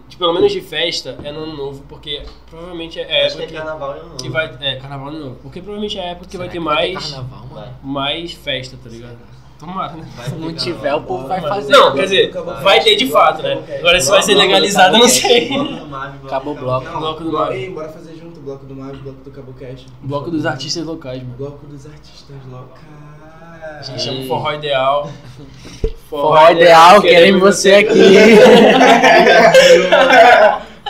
S2: de, pelo menos de festa, é no ano novo, porque provavelmente é a
S3: mas... Acho que
S2: época
S3: é carnaval e ano novo.
S2: que vai. É, carnaval no novo. Porque provavelmente é a época que
S1: Será
S2: vai ter
S1: que
S2: mais,
S1: carnaval, mano?
S3: Vai.
S2: mais festa, tá ligado? Tomara, né?
S3: Vai
S1: Se não
S3: ter
S1: tiver,
S3: carnaval.
S1: o povo vai
S2: Mano,
S1: fazer.
S2: Não, quer dizer, vai ter de fato, né? Agora se vai ser legalizado, eu não sei.
S3: Bloco do Mavi, bloco
S1: Acabou o
S3: do
S1: bloco.
S3: Caboclo.
S2: Bloco do
S4: blo-
S2: Mavi.
S4: Ei, bora fazer junto, bloco do Mavi, bloco do Cabocast.
S2: Bloco dos artistas locais, mano.
S4: Bloco dos artistas
S2: A
S4: locais.
S2: gente chama o forró ideal.
S1: Forró é ideal, queremos você aqui.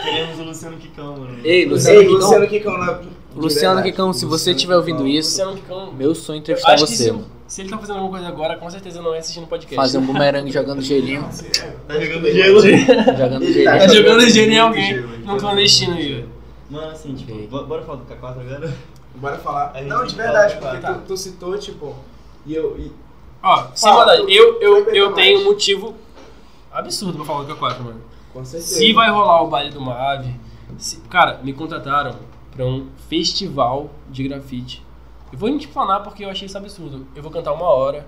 S3: Queremos o Luciano né? Kikão, mano.
S1: Ei, Luciano
S4: Luciano, Ei, Luciano
S1: Kikão.
S4: Kikão, na...
S1: Luciano Kikão, se você estiver ouvindo isso,
S2: Luciano Kikão.
S1: meu sonho é
S2: Eu
S1: entrevistar
S2: um acho que
S1: você.
S2: se, se ele tá fazendo alguma coisa agora, com certeza não é assistindo podcast.
S1: Fazer um bumerangue jogando gelinho.
S4: é,
S3: Tá jogando gelo.
S1: Jogando
S4: Ele
S1: gelinho.
S2: Tá jogando gênio em
S4: Gênio,
S2: alguém,
S4: gênio.
S2: num clandestino aí. ó.
S3: Mano, assim, tipo,
S1: Ok.
S3: bo- bora falar do K4 agora?
S4: Bora falar.
S3: A gente
S4: Não, de
S3: fala,
S4: verdade,
S3: fala.
S4: porque
S2: Tá.
S4: tu, tu citou, tipo, e eu... E...
S2: Ó, sem
S4: Fala,
S2: maldade,
S4: tu-
S2: eu, eu,
S4: vai
S2: eu
S4: aguentar
S2: tenho um
S4: mais.
S2: motivo absurdo pra falar do K4, mano.
S4: Com certeza.
S2: Se vai rolar o baile do Maave, se- cara, me contrataram pra um festival de grafite. Eu vou te falar porque eu achei isso absurdo. Eu vou cantar uma hora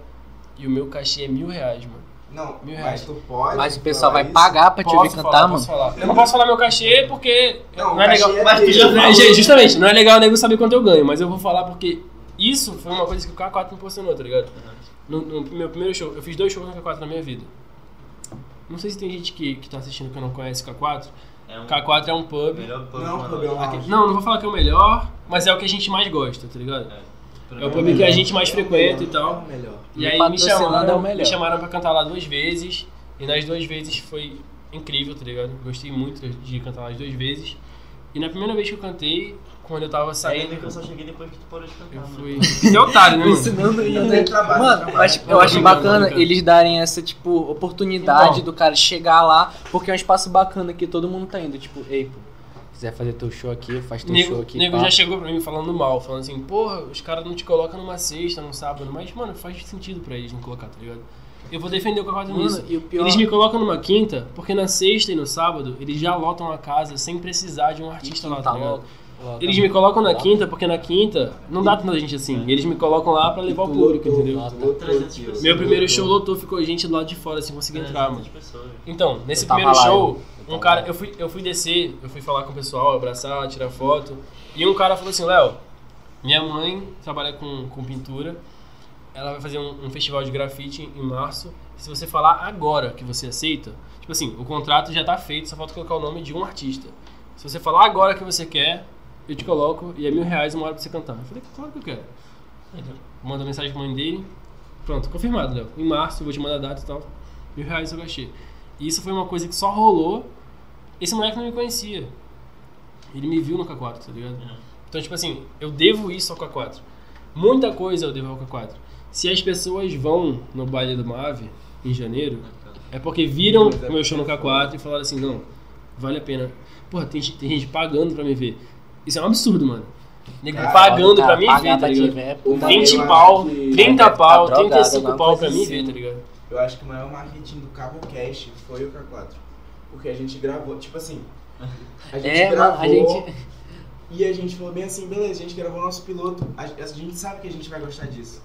S2: e o meu cachê é mil reais, mano.
S4: Não,
S2: Mil
S4: mas
S2: reais.
S4: tu pode
S1: Mas o pessoal vai
S4: falar isso.
S1: pagar pra te
S2: Posso
S1: ouvir
S2: falar,
S1: cantar,
S2: posso
S1: mano.
S2: falar. Eu não posso falar meu cachê porque
S4: Não,
S2: não, é
S4: o cachê
S2: legal.
S4: é
S2: Mas tu
S4: dele.
S2: já falou. Gente, justamente, não é legal o nego saber quanto eu ganho, mas eu vou falar porque isso foi uma coisa que o K4 me proporcionou, tá ligado? No, no meu primeiro show, eu fiz dois shows no K4 na minha vida. Não sei se tem gente que, que tá assistindo que não conhece o K4.
S3: É
S1: Ah.
S3: um
S2: K4 é um pub.
S3: melhor pub
S4: Não,
S3: de
S4: pub é um
S3: Manaus.
S4: lounge.
S2: Não, não vou falar que é o melhor, mas é o que a gente mais gosta, tá ligado?
S3: Pra
S2: É o
S3: mim,
S2: pub que a gente mais frequenta e
S4: É
S2: tal.
S4: o melhor.
S2: E
S1: E
S2: aí me
S1: patrocinado é
S2: chamaram,
S1: o melhor.
S2: me chamaram pra cantar lá duas vezes. E nas duas vezes foi incrível, tá ligado? Gostei muito de cantar lá as duas vezes. E na primeira vez que eu cantei, quando eu tava saindo,
S3: Ainda que eu só cheguei depois que tu parou de cantar.
S2: eu
S3: mano.
S2: fui. Que otário, né, mano?
S4: Ensinando e eu tenho trabalho.
S1: Mano, eu
S4: trabalho.
S1: acho, eu
S2: Não,
S1: acho
S2: não,
S1: bacana
S2: não, não.
S1: eles darem essa, tipo, oportunidade
S2: Então.
S1: do cara chegar lá, porque é um espaço bacana que todo mundo tá indo. Tipo, ei, pô, quiser fazer teu show aqui, faz teu um show
S2: Nego,
S1: aqui.
S2: nego
S1: pá.
S2: já chegou pra mim falando mal, falando assim, porra, os caras não te colocam numa sexta, num sábado, mas, mano, faz sentido pra eles não colocar, tá ligado? Eu vou defender o K4
S1: Mano,
S2: nisso.
S1: e o pior-
S2: Eles me colocam numa quinta, porque na sexta e no sábado eles já lotam a casa sem precisar de um artista lá, tá
S1: Tá
S2: ligado?
S1: logo- logo,
S2: Eles
S1: tá
S2: me
S1: logo.
S2: colocam na quinta, porque na quinta não dá tanta gente assim. Eles me colocam lá pra levar o público, entendeu?
S4: Lotou, lotou, lotou.
S2: Meu primeiro show lotou, ficou gente do lado de fora, assim, consegui entrar, mano.
S3: 300 pessoas.
S2: Então, nesse
S1: Eu tava
S2: primeiro
S1: lá,
S2: show,
S1: eu- eu
S2: um
S1: tava
S2: cara,
S1: lá.
S2: eu fui, eu fui descer, eu fui falar com o pessoal, abraçar, tirar foto. E um cara falou assim, Léo, minha mãe trabalha com, com pintura ela vai fazer um, um festival de grafite em março. Se você falar agora que você aceita, tipo assim, o contrato já tá feito, só falta colocar o nome de um artista. Se você falar agora que você quer, eu te coloco e é mil reais uma hora pra você cantar. Eu falei, claro que eu quero. Ele manda mensagem pra mãe dele. Pronto, confirmado, Léo. Em março, eu vou te mandar a data e tal. Mil reais eu gastei. E isso foi uma coisa que só rolou. Esse moleque não me conhecia. Ele me viu no K4, tá ligado? Então, tipo assim, eu devo isso ao K4. Muita coisa eu devo ao K4. Se as pessoas vão no baile do Mave, em janeiro, é porque viram o meu show no K4 e falaram assim, não, vale a pena. Porra, tem, gente- tem gente pagando pra me ver. Isso é um absurdo, mano. Nego
S1: Cara,
S2: pagando
S1: cara,
S2: pra mim
S1: pagar
S2: ver, tá
S1: pra te
S2: ligado?
S1: ver é puta
S2: 20
S1: merda.
S2: pau,
S4: que-
S2: 30
S1: Deve tá
S2: pau,
S1: drogado,
S2: 35
S1: alguma
S2: pau
S1: coisa
S2: pra mim
S1: assim.
S2: ver, tá ligado?
S4: Eu acho que o maior marketing do CaboCast foi o K4. Porque a gente gravou, tipo assim. A gente
S1: É, mano,
S4: gravou
S1: a gente.
S4: e a gente falou bem assim, beleza, a gente gravou o nosso piloto. A, a gente sabe que a gente vai gostar disso.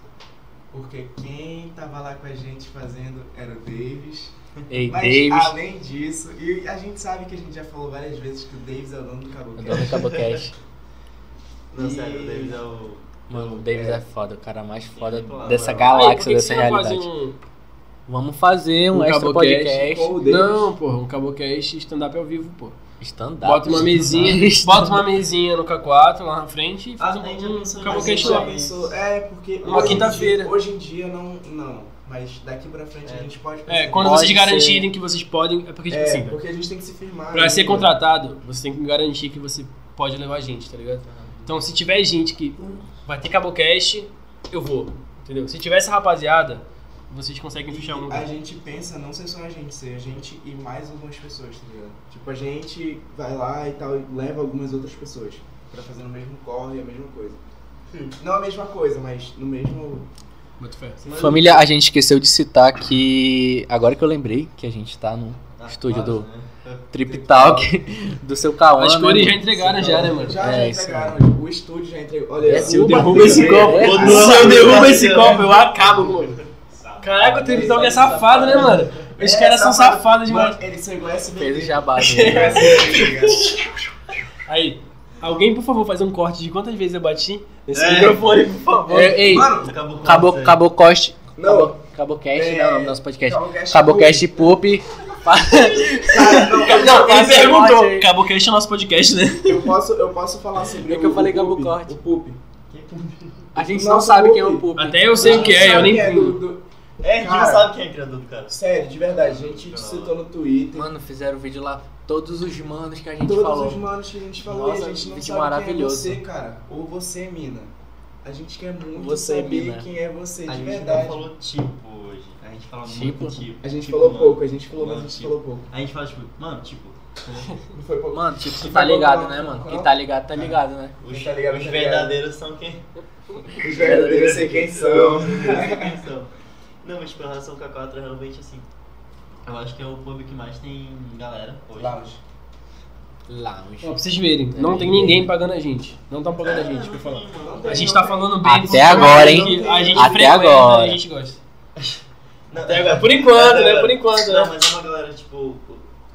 S4: Porque quem tava lá com a gente fazendo era o Davis.
S1: Ei,
S4: Mas
S1: Davis,
S4: além disso, e a gente sabe que a gente já falou várias vezes que o Davis é o dono
S1: o
S4: do
S1: dono do
S4: CaboCast.
S1: Cabocast.
S3: Não, sério, o David é o.
S1: Mano, o Davis é foda, o cara mais foda
S3: Claro.
S1: dessa
S2: Aí, por
S1: galáxia,
S2: que que
S1: dessa
S2: você não faz
S1: realidade.
S2: um,
S1: Vamos fazer um,
S2: um
S1: extra
S2: cabocast
S1: podcast.
S4: com o Davis?
S2: Não, porra, um cabocast stand-up ao vivo, pô.
S1: Stand-up.
S2: Bota uma mesinha,
S1: Stand-up.
S2: bota uma mesinha no K4 lá na frente e faz
S3: Ah,
S2: um,
S3: a gente já
S2: um
S3: pensou em
S4: Mas
S3: fazer
S2: cabocast
S4: a gente já
S2: lá.
S3: isso.
S4: pensou, é, porque.
S2: Uma
S4: hoje em
S2: quinta-feira.
S4: dia- Hoje em dia não. Não. Mas daqui pra frente
S3: É.
S4: a gente pode
S2: É,
S4: pensar.
S2: quando
S1: Pode
S2: vocês
S1: ser.
S2: garantirem que vocês podem, é porque, tipo
S4: É,
S2: assim,
S4: porque a gente tem que se firmar.
S2: pra
S4: né?
S2: ser contratado, você tem que garantir que você pode levar a gente, tá ligado? Então, se tiver gente que vai ter cabocast, eu vou, entendeu? Se tiver essa rapaziada, vocês conseguem fechar um
S4: A
S2: lugar.
S4: gente pensa, não ser só a gente, ser a gente e mais algumas pessoas, tá ligado? Tipo, a gente vai lá e tal e leva algumas outras pessoas pra fazer no mesmo corre, a mesma coisa.
S3: Hum.
S4: Não a mesma coisa, mas no mesmo.
S2: Boto fé.
S1: Família, a gente esqueceu de citar que. Agora que eu lembrei que a gente tá no
S3: Ah,
S1: estúdio
S3: claro,
S1: do
S3: né?
S1: Trip Talk do seu Cauã.
S2: As
S1: né,
S2: cores já
S1: mano?
S2: entregaram já, né, mano?
S4: Já,
S1: É,
S4: já
S1: isso
S4: entregaram, tipo, o estúdio já entregou. Olha,
S1: É, se eu
S4: o
S1: derrubo
S4: Matheus
S1: esse
S4: é-
S1: copo,
S4: é-
S1: eu-
S2: Se eu derrubo esse copo, eu acabo, mano. Caraca, o Trip Talk é safado, né, mano? Os
S4: é
S2: caras são
S4: safado.
S2: safados demais.
S4: Mano, eles são igual
S1: Fez o
S4: SBT.
S1: jabá
S4: Eles são
S1: dele.
S4: igual SBT, tá ligado?
S2: Aí, alguém, por favor, faz um corte de quantas vezes eu bati nesse
S3: É.
S2: microfone, por favor.
S1: É, Ei,
S4: Mano,
S3: Acabou.
S1: acabou,
S3: com
S1: acabou coste.
S4: Não.
S1: Acabou- Acabou cast,
S4: É,
S1: não, é o nome do nosso podcast.
S4: Cabocast
S1: Cabocast Poop.
S4: Cara, não,
S2: Não, ele
S1: Faz esse corte
S2: perguntou.
S1: aí.
S2: Cabocast é nosso podcast, né?
S4: Eu posso, eu posso falar sobre
S1: É que eu
S4: o-
S1: falei
S4: o
S1: Gabo
S4: Pupi,
S1: Corte.
S4: O Pupi.
S1: A gente
S4: Nossa,
S1: não sabe
S4: Poop.
S1: quem é o Poop.
S2: Até eu sei o que é, eu nem
S4: do, do-
S3: É, a gente não
S4: Cara.
S3: sabe quem é criador do cara.
S4: Sério, de verdade, a gente te citou no Twitter.
S1: Mano, fizeram vídeo lá, todos os manos que a gente
S4: Todos os
S1: falou.
S4: manos que a gente falou,
S1: Nossa,
S4: e a gente não
S1: vídeo
S4: sabe
S1: maravilhoso.
S4: quem é você, cara. Ou você, é mina. A gente quer muito
S1: Você,
S4: saber
S1: mina.
S4: quem é você, de
S3: A gente
S4: verdade.
S3: não falou tipo hoje. A gente fala
S1: Tipo?
S3: muito tipo.
S4: A gente
S3: Tipo,
S4: falou
S3: mano.
S4: pouco, a gente falou, mas a
S3: Mano,
S4: gente Tá
S3: tipo.
S4: falou pouco.
S3: A gente fala tipo, mano, tipo.
S4: Não foi pouco.
S1: Mano, tipo, tu
S4: Tipo,
S1: tá ligado,
S4: não,
S1: né,
S4: não,
S1: mano?
S4: não.
S1: Quem tá ligado, tá ligado, né?
S3: Os,
S4: Tá ligado,
S3: os
S4: tá ligado.
S3: verdadeiros são quem?
S4: Os verdadeiros sei quem
S3: Não,
S4: são.
S3: quem são. Não, mas tipo, em relação ao K4 é realmente assim. Eu acho que é o pub que mais tem galera hoje.
S4: Lounge.
S1: Lounge.
S2: Ó, pra vocês verem, não tem ninguém pagando a gente. Não tá pagando a gente,
S3: não
S4: Tipo,
S2: por falar.
S3: tem, Tipo, assim, mano.
S2: A gente tá falando bem.
S1: Até
S2: porque
S1: agora,
S2: é o que
S4: hein?
S2: A gente
S1: Até
S2: frequenta,
S1: agora.
S2: A gente gosta.
S3: Não, é
S2: Até tá agora. Por enquanto, né? Por enquanto,
S3: Não,
S2: né?
S3: mas é uma galera, tipo,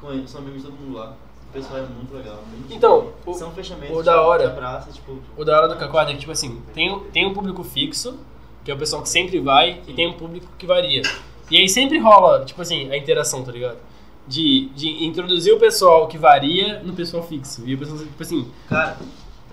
S3: com- são amigos de todo mundo lá. O pessoal é muito legal. muito
S2: Então,
S3: gente.
S2: o-
S3: são fechamentos
S2: o da
S3: tipo,
S2: hora.
S3: de praça, tipo,
S2: O da hora do Cacorda é que, tipo assim, tem, o- tem um público fixo, que é o pessoal que sempre vai, e tem um público que varia. E aí sempre rola, tipo assim, a interação, tá ligado? De, de introduzir o pessoal que varia no pessoal fixo. E o pessoal, tipo assim,
S3: cara,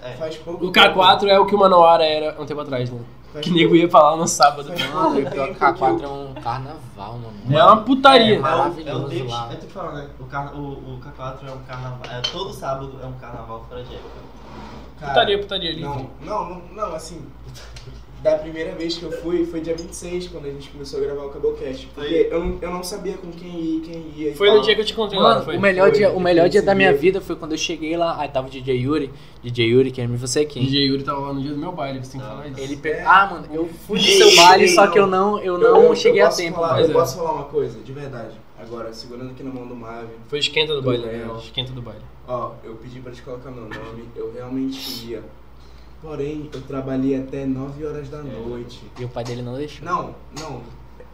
S3: é.
S4: Faz pouco.
S2: o K4 é o que o Manoara era há um tempo atrás, né?
S4: Faz
S2: Que nego ia falar no sábado.
S4: Faz
S1: Mano,
S4: pouco
S1: e pior que
S4: tempo que eu-
S1: K4 é um carnaval, mano.
S2: É uma putaria.
S1: É,
S3: É, o- é
S1: Maravilhoso
S3: o David,
S1: lá.
S3: é tu que fala, né? O, carna- o, o K4 é um carnaval. É, todo sábado é um carnaval fora de época.
S4: Cara,
S2: Putaria, putaria
S4: Não,
S2: livre.
S4: não, não, não, assim. Da primeira vez que eu fui, foi dia 26, quando a gente começou a gravar o Cabocast. Porque eu, não- eu não sabia com quem ia, quem ia. e
S2: Foi
S4: tal.
S2: no dia que eu te encontrei lá, não
S1: Mano,
S2: foi?
S1: o melhor
S4: Foi,
S1: dia, o
S4: eu
S1: melhor dia da minha
S4: recebi.
S1: vida foi quando eu cheguei lá, aí tava o DJ Yuri, DJ Yuri, que é você quem?
S2: DJ Yuri tava lá no dia do meu baile, você tem que falar isso.
S1: Ele
S2: Ele...
S1: pe... Ah, mano, eu fui no seu baile, só que eu não, eu não cheguei a
S4: posso
S1: tempo,
S4: falar-
S1: mano.
S2: mas
S4: Eu
S2: é.
S4: posso falar uma coisa, de verdade. Agora, segurando aqui na mão do Mavi.
S2: Foi o esquenta do baile, né?
S4: Léo.
S2: O Esquenta do baile.
S4: Ó, eu pedi pra te colocar meu nome, eu realmente ia. Porém, eu trabalhei até 9 horas da noite.
S1: E o pai dele não deixou.
S4: Não, não.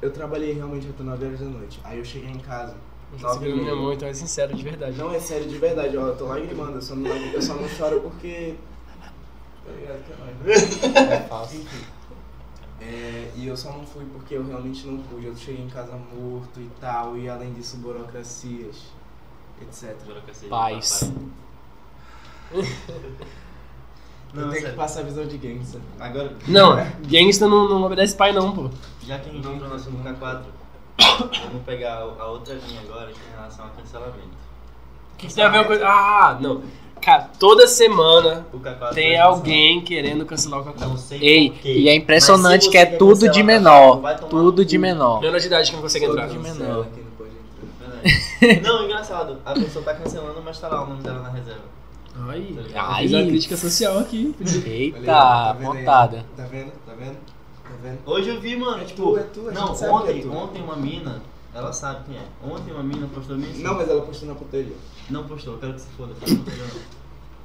S4: Eu trabalhei realmente até 9 horas da noite. Aí eu cheguei em casa.
S2: Não tá
S4: nove e
S2: segurando minha
S4: meia.
S2: mão, então é sincero, de verdade.
S4: Não é sério de verdade, ó, eu tô lagrimando, eu só não, eu só não choro porque. Tá ligado que é nóis.
S1: É falso.
S4: Enfim. É, É, e eu só não fui porque eu realmente não pude. Eu cheguei em casa morto e tal, e além disso, burocracias, etc.
S3: Burocracia de
S1: Paz.
S3: papai.
S4: eu
S3: Não,
S4: tenho
S3: sério.
S4: que passar a visão de né? gangster.
S3: Agora,
S2: Não, gangsta não, não obedece pai não, pô.
S3: já que a gente entrou no assunto da 4, vamos pegar a outra linha agora em relação ao cancelamento.
S2: O que, que tem a ver com... Ah, não. Cara, toda semana
S3: O K4
S2: tem
S3: é assim,
S2: alguém querendo cancelar o Cacau.
S3: Não sei
S1: Ei,
S3: porquê,
S1: e é
S3: mas se
S1: impressionante
S3: você
S1: que é
S3: quer
S1: tudo
S3: cancelar
S1: de
S3: o K4,
S1: menor.
S3: vai tomar
S1: Tudo
S3: no
S1: de
S3: cu.
S1: menor.
S2: Menor de idade que não consegue entrar.
S1: de
S4: Cancela
S1: menor.
S4: quem não pode entrar.
S3: Verdade. Não, engraçado, a pessoa tá cancelando, mas tá lá o nome dela na reserva.
S2: Ai,
S1: Ai.
S2: fiz uma crítica social aqui.
S4: Olha aí, tá
S1: Eita,
S4: vendo aí?
S1: montada.
S4: Tá vendo? Tá vendo? Tá vendo?
S3: Hoje eu vi, mano,
S4: É
S3: tipo.
S4: tu, é tu, a
S3: não,
S4: gente sabe
S3: ontem,
S4: que é tu.
S3: ontem uma mina, ela sabe quem é. Ontem uma mina postou minha
S4: Não, mas ela postou na putaria.
S3: Não postou, eu quero que se foda. tá? Não postou, não.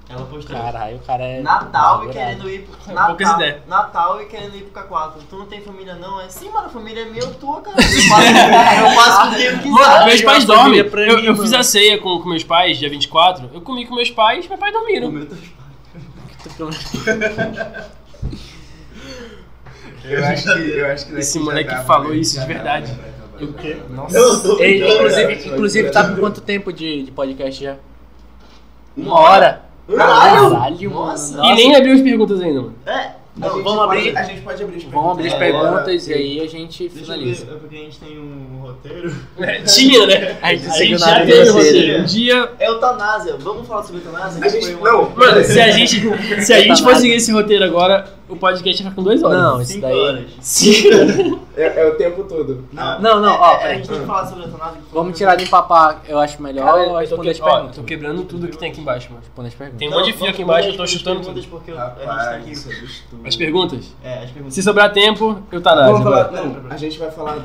S3: Ela postou.
S1: Caralho, o cara é.
S3: Natal e
S1: amargurado.
S3: querendo ir pro
S2: É, poucas
S3: Natal,
S2: ideias.
S3: Natal e querendo ir pro K4. Tu não tem família não? É sim, mano, a família é minha, eu tô, cara. Eu faço, eu faço o que eu
S2: Mano,
S3: quiser.
S2: meus
S1: Ai,
S2: pais
S1: a família
S2: dormem.
S1: pra
S2: eu
S1: mim,
S2: eu fiz
S1: mano.
S2: a ceia com, com meus pais, dia 24. Eu comi com meus pais, meus pais
S3: O
S2: dormiram.
S3: meu tá-
S4: Eu acho que, eu acho que
S2: Esse
S4: daqui já
S2: moleque
S4: dava,
S2: falou
S4: né?
S2: isso de
S4: Já dava,
S2: verdade.
S4: já dava,
S2: O quê?
S4: já dava.
S2: Nossa.
S1: Ei,
S4: Não,
S1: inclusive,
S4: não, não,
S1: inclusive,
S4: não.
S1: tá com quanto tempo de, de podcast já?
S3: Uma
S1: Uma hora?
S3: Caralho!
S1: mano.
S3: Nossa.
S2: E nem abriu as perguntas ainda, mano.
S3: É,
S4: A
S3: não,
S4: gente
S1: vamos
S4: pode-
S1: abrir-
S4: A gente pode abrir as perguntas.
S1: Vamos abrir as
S3: É, agora-
S1: perguntas e aí a gente
S3: deixa eu
S1: finaliza.
S3: ver, é porque a gente tem um roteiro.
S2: Tinha, né?
S1: A gente
S2: A
S1: seguiu
S2: gente
S1: na
S2: já
S1: linha
S2: teve
S1: do roteiro.
S2: roteiro. Um dia.
S3: É Eutanásia, vamos falar sobre eutanásia?
S4: A
S3: que
S4: gente,
S3: foi uma-
S4: não,
S2: Mano, se a gente, se a gente
S1: Eutanásia.
S2: for seguir esse roteiro agora, o podcast ia ficar com duas horas.
S1: Não, isso
S3: Cinco
S1: daí.
S3: horas.
S2: Sim.
S4: é, é o tempo todo.
S1: Não, não, ó,
S3: é, é, A
S1: peraí.
S3: gente tem que falar sobre eutanásia. que foi uma
S1: Vamos tirar de papar, eu acho melhor
S2: Cara,
S1: ou
S2: eu tô,
S1: responder as
S2: que, ó,
S1: perguntas?
S2: tô quebrando tudo que tem aqui embaixo, mano.
S1: Responder as perguntas.
S2: Tem um
S3: Não,
S2: monte de fio
S3: vamos
S2: aqui embaixo, eu
S3: responder
S2: tô
S3: as
S2: chutando
S3: perguntas
S2: tudo.
S3: porque eu- a
S4: Rapaz,
S3: gente tá
S4: isso
S3: aqui.
S4: é absurdo.
S2: As perguntas?
S3: É, as perguntas.
S2: Se sobrar tempo, eu tá
S4: Vamos falar,
S2: Agora.
S4: não, a gente vai falar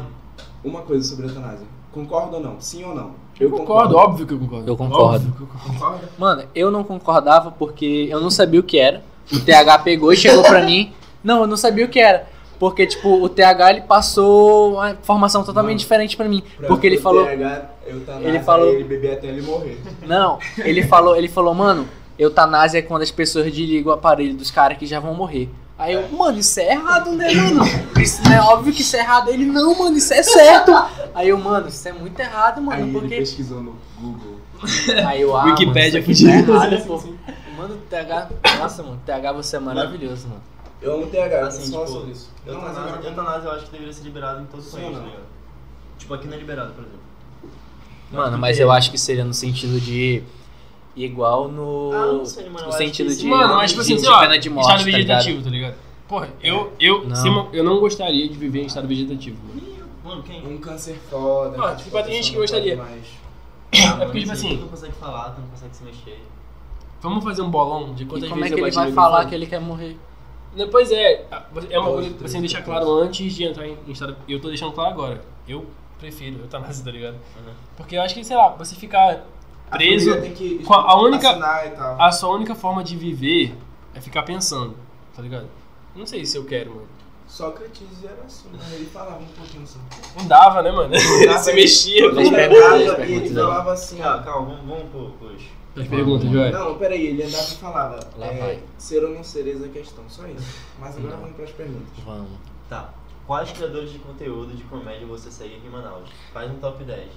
S4: uma coisa sobre a eutanásia. Concorda ou não? Sim ou não?
S2: Eu concordo, óbvio que eu concordo.
S1: Eu concordo.
S2: Óbvio que eu concordo.
S4: Concorda?
S1: Mano, eu não concordava porque eu não sabia o que era. O TH pegou e chegou pra mim. Não, eu não sabia o que era. Porque, tipo, o TH ele passou uma informação totalmente
S4: Mano.
S1: diferente pra mim. Porque ele falou.
S4: ele
S1: ele
S4: falou.
S1: falou-
S4: Ele beber até ele morrer.
S1: Não, ele falou, ele falou, mano, eutanásia é quando as pessoas desligam o aparelho dos caras que já vão morrer. Aí eu, mano, isso é errado, né, mano? Isso não é óbvio que isso é errado. Ele, não, mano, isso é certo. Aí eu, mano, isso é muito errado, mano,
S4: Aí ele
S1: porque.
S4: pesquisou no Google.
S1: Aí eu, ah,
S2: Wikipédia
S1: mano, isso aqui
S2: fudido.
S1: tá errado, pô. Mano, o TH. Nossa, mano, TH você é maravilhoso, mano.
S4: Eu amo TH,
S3: Assim,
S4: assim, só
S3: tipo,
S4: sobre isso. Não, mas
S3: Eutanásia,
S4: agora-
S2: tá.
S3: eutanásia eu acho que deveria ser liberado em todo o
S4: Sim
S3: país,
S4: ou
S3: tá
S4: não?
S3: ligado? Tipo, aqui não é liberado, por exemplo.
S1: Mano, mas eu acho que seria no sentido de. Igual no.
S3: Ah, não sei, mano, eu
S1: no
S3: acho que
S1: sentido
S3: esse-
S1: de.
S2: Mano, mas tipo assim,
S1: de,
S2: sei lá,
S1: pena de morte,
S2: estado
S1: tá ligado?
S2: vegetativo, tá ligado? Porra, eu, eu,
S1: Não.
S2: se eu- eu não gostaria de viver em estado vegetativo. mano.
S3: Mano,
S2: É
S3: quem?
S4: Um câncer foda.
S2: Ah,
S4: que,
S2: tipo, tem gente que gostaria.
S4: Mas...
S2: É porque, tipo assim- tipo
S3: Tu não consegue falar, tu não consegue se mexer.
S2: Vamos fazer um bolão de
S1: E
S2: quantas
S1: como é
S2: vezes
S1: que ele
S2: eu bati
S1: vai
S2: no
S1: falar que
S2: microfone?
S1: ele quer morrer?
S2: Não, Pois é, é uma
S4: Dois,
S2: coisa que
S4: três,
S2: você deixar
S4: três.
S2: claro antes de entrar em em estado. Eu tô deixando claro agora. Eu prefiro eutanásia, tá ligado?
S3: Uhum.
S2: Porque eu acho que, sei lá, você ficar
S4: A
S2: preso.
S4: família tem que,
S2: com a- a única-
S4: assinar e tal.
S2: A sua única forma de viver é ficar pensando, tá ligado? Não sei se eu quero, mano.
S4: Sócrates era assim, né? ele falava um pouquinho assim.
S2: Não dava, né, mano? Ele se mexia.
S1: Mas
S4: Ele
S2: pô.
S1: pera-
S4: andava
S1: perguntas,
S4: e ele
S2: né?
S1: não.
S4: falava assim, ó.
S3: Calma, calma, vamos, vamos pro, pros.
S2: As perguntas, Joel.
S4: Não, peraí, ele andava e falava.
S1: Lá
S4: é,
S1: vai.
S4: Ser ou não ser eis a questão, só isso. Mas agora
S2: Hum.
S1: Não.
S4: vamos para as perguntas.
S1: Vamos.
S3: Tá. Quais criadores de conteúdo de comédia você segue aqui em Manaus? Faz um top 10.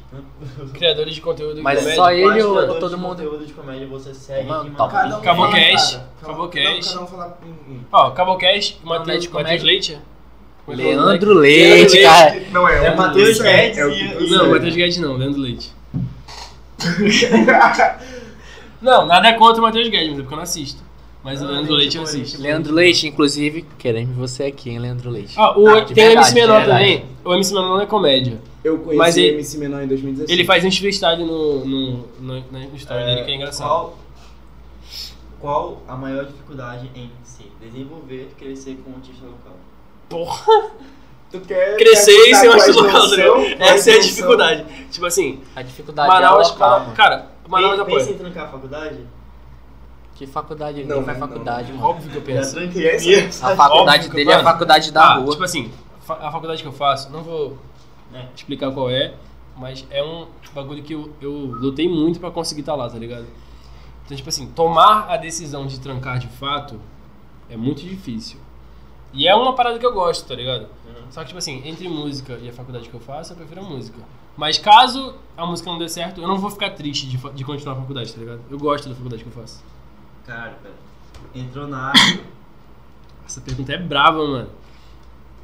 S2: Criadores de conteúdo de
S1: Mas
S2: comédia.
S1: só ele
S3: Quais
S1: ou
S3: criadores
S1: todo
S3: de
S1: mundo?
S3: conteúdo de comédia você segue
S1: Mano, tá
S3: aqui em
S1: top.
S3: Manaus?
S2: Acabou
S4: fala uma
S2: cast,
S4: parada. Cada um-
S2: acabou cast.
S4: Não, cada um fala um.
S2: Ó, Cabocast, Matheus,
S1: Comédia,
S2: Matheus
S1: comédia.
S2: Leite. Como é que é o nome do
S1: Leandro Leite, cara.
S4: Não é,
S3: É Matheus Guedes
S4: é o
S3: e-
S4: que
S2: moleque?
S4: tu
S2: Não,
S4: é.
S2: Matheus Guedes não, Leandro Leite. não, nada é contra o Matheus Guedes, mas é porque eu não assisto. Mas o
S3: Não,
S2: Leandro
S3: gente,
S2: Leite eu
S3: pô,
S2: assisto.
S1: Leandro Leite, inclusive, queremos você aqui, hein, Leandro Leite.
S2: Ah, o,
S1: Ah, de
S2: tem o
S1: verdade,
S2: MC Menor
S1: de verdade.
S2: também. O MC Menor não é comédia.
S4: Eu conheci
S2: Mas ele-
S4: MC Menor em 2016.
S2: Ele faz um freestyle no, no, no, na história dele que é engraçado.
S3: Qual, qual a maior dificuldade em se desenvolver e crescer como artista local?
S2: Porra!
S4: Tu quer
S2: Crescer e
S4: quer
S2: ser um
S4: contar
S2: artista
S4: quais não
S2: local, né?
S4: são, quais
S2: Essa é a
S4: não são.
S2: dificuldade. Tipo assim,
S1: A dificuldade é
S2: Manaus.
S1: local, mano.
S2: Cara, Manaus é
S3: Pen- Pensa
S2: apoia.
S3: em trancar a faculdade?
S1: Que faculdade? Ele
S4: Não,
S1: nem faz
S4: não,
S1: faculdade, mano.
S2: Óbvio que eu penso.
S3: tranquei.
S4: Essa-
S1: A faculdade
S2: Óbvio que-
S1: dele é a
S2: mano,
S1: faculdade da
S2: Ah,
S1: rua.
S2: Tipo assim, fa- a faculdade que eu faço, não vou
S3: É.
S2: explicar qual é, mas é um bagulho que eu, eu lutei muito pra conseguir estar lá, tá ligado? Então, tipo assim, tomar a decisão de trancar de fato é muito difícil. E é uma parada que eu gosto, tá ligado? Só que, tipo assim, entre música e a faculdade que eu faço, eu prefiro a música. Mas caso a música não dê certo, eu não vou ficar triste de, fa- de continuar a faculdade, tá ligado? Eu gosto da faculdade que eu faço.
S3: Cara, pera. Entrou na arte.
S2: Essa pergunta é brava, mano.